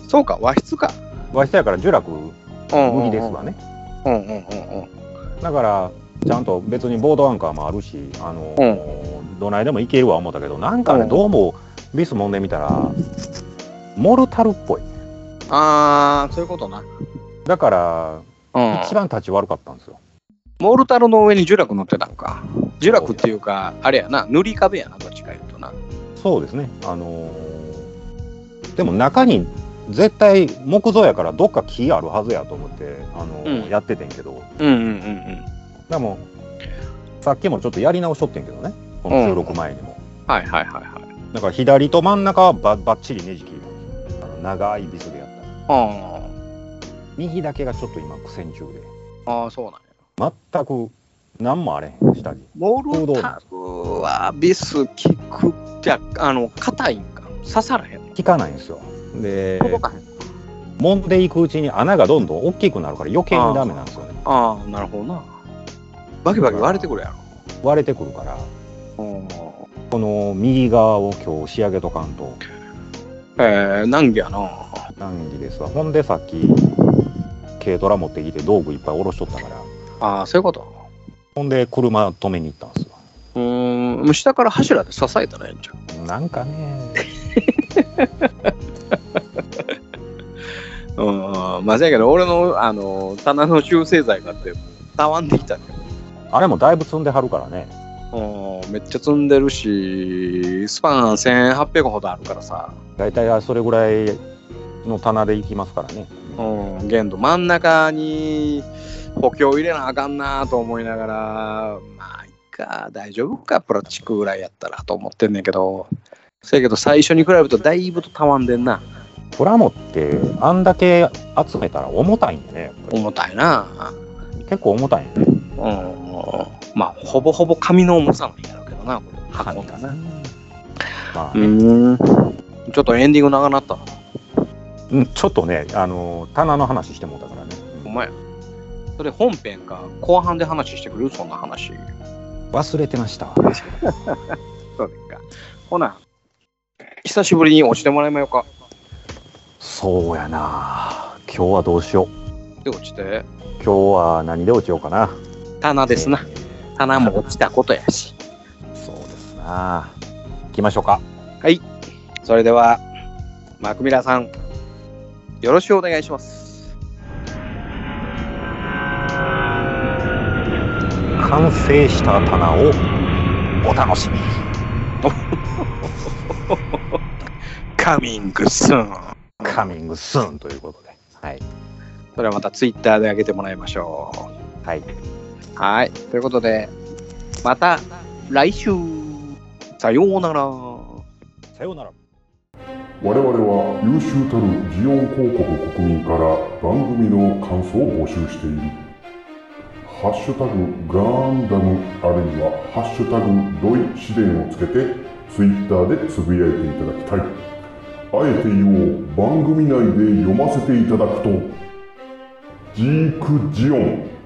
A: そうか、和室か。
B: 和室やから呪楽
A: うん
B: 無理ですわね。
A: うんうんうん
B: だから、ちゃんと別にボードアンカーもあるし、あのーどないでもいけるわ思ったけど、なんかね、
A: うん
B: どうも、ビス揉んでみたら、モルタルっぽい。
A: うん。あー、そういうことな。
B: だから、
A: うん。
B: 一番立ち悪かったんですよ。
A: モルタルの上に呪楽乗ってたんか。呪楽っていうか、あれやな、塗り壁やな、どっちか言うとな。
B: そうですね。あのーでも中に絶対木造やからどっか木あるはずやと思って、あのー
A: うん
B: やっててんけど、
A: うんうんうん
B: でもさっきもちょっとやり直しとってんけどね、この収録前にも。
A: うん。はいはいはいはい。
B: だから左と真ん中はばばっちりネジ切りあの長いビスでやった。
A: あ
B: 右だけがちょっと今苦戦中で、
A: あー、そうなんや。
B: 全く何もあれへん、下地。
A: モルタルはビス効くじゃあの硬いんか刺さらへんの
B: 効かないんですよ。で、
A: 届かへん
B: 揉んでいくうちに穴がどんどん大きくなるから余計にダメなんですよね。
A: ああなるほどなバキバキ割れてくるや
B: 割れてくるから。
A: ろうん
B: この右側を今日仕上げとかんと
A: えー、難儀やな
B: 難儀ですわほんでさっき軽トラ持ってきて道具いっぱい下ろしとったから
A: ああそういうこと
B: ほんで車止めに行ったんです
A: うーんもう下から柱で支えたらええんちゃう
B: よなんかね
A: うんまあせやけど俺のあの棚の修正剤買ってたわんできたけ
B: あれもだいぶ積んではるからね
A: どうんめっちゃ積んでるしスパン1800ほどあるからさ
B: だいたいそれぐらいの棚で行きますからね
A: うん、限度真ん中に補強入れなあかんなと思いながらまあいっか大丈夫かプラスチックぐらいやったらと思ってんねんけどせやけど最初に比べるとだいぶとたわんでんな
B: プラモってあんだけ集めたら重たいんでねやっぱり
A: 重たいな
B: 結構重たいんで
A: うんまあほぼほぼ紙の重さなんやろうけどなこれ箱だな
B: まあ、
A: うんちょっとエンディング長なったな
B: うんちょっとねあの棚の話してもうたからね
A: お前それ本編か後半で話してくれるそんな話
B: 忘れてました
A: そうですかほな久しぶりに押してもらいまようか
B: そうやな今日はどうしよう
A: で落ちて
B: 今日は何で落ちようかな。
A: 棚ですな。
B: えー
A: 棚も落ちたことやし。
B: そうですな。行きましょうか。
A: それでは、マクミラさん、よろしくお願いします。
B: 完成した棚をお楽しみに。
A: カミングスーン。
B: カミングスーンということで。はい。
A: それはまたツイッターで上げてもらいましょ
B: はい。
A: う。はい。ということで、また来週。さようなら。
B: さようなら。
E: 我々は優秀たるジオン広告国民から番組の感想を募集している「ハッシュタグガンダム」あるいは「ハッシュタグロイ試練」をつけてツイッターでつぶやいていただきたいあえて言おう番組内で読ませていただくとジークジオン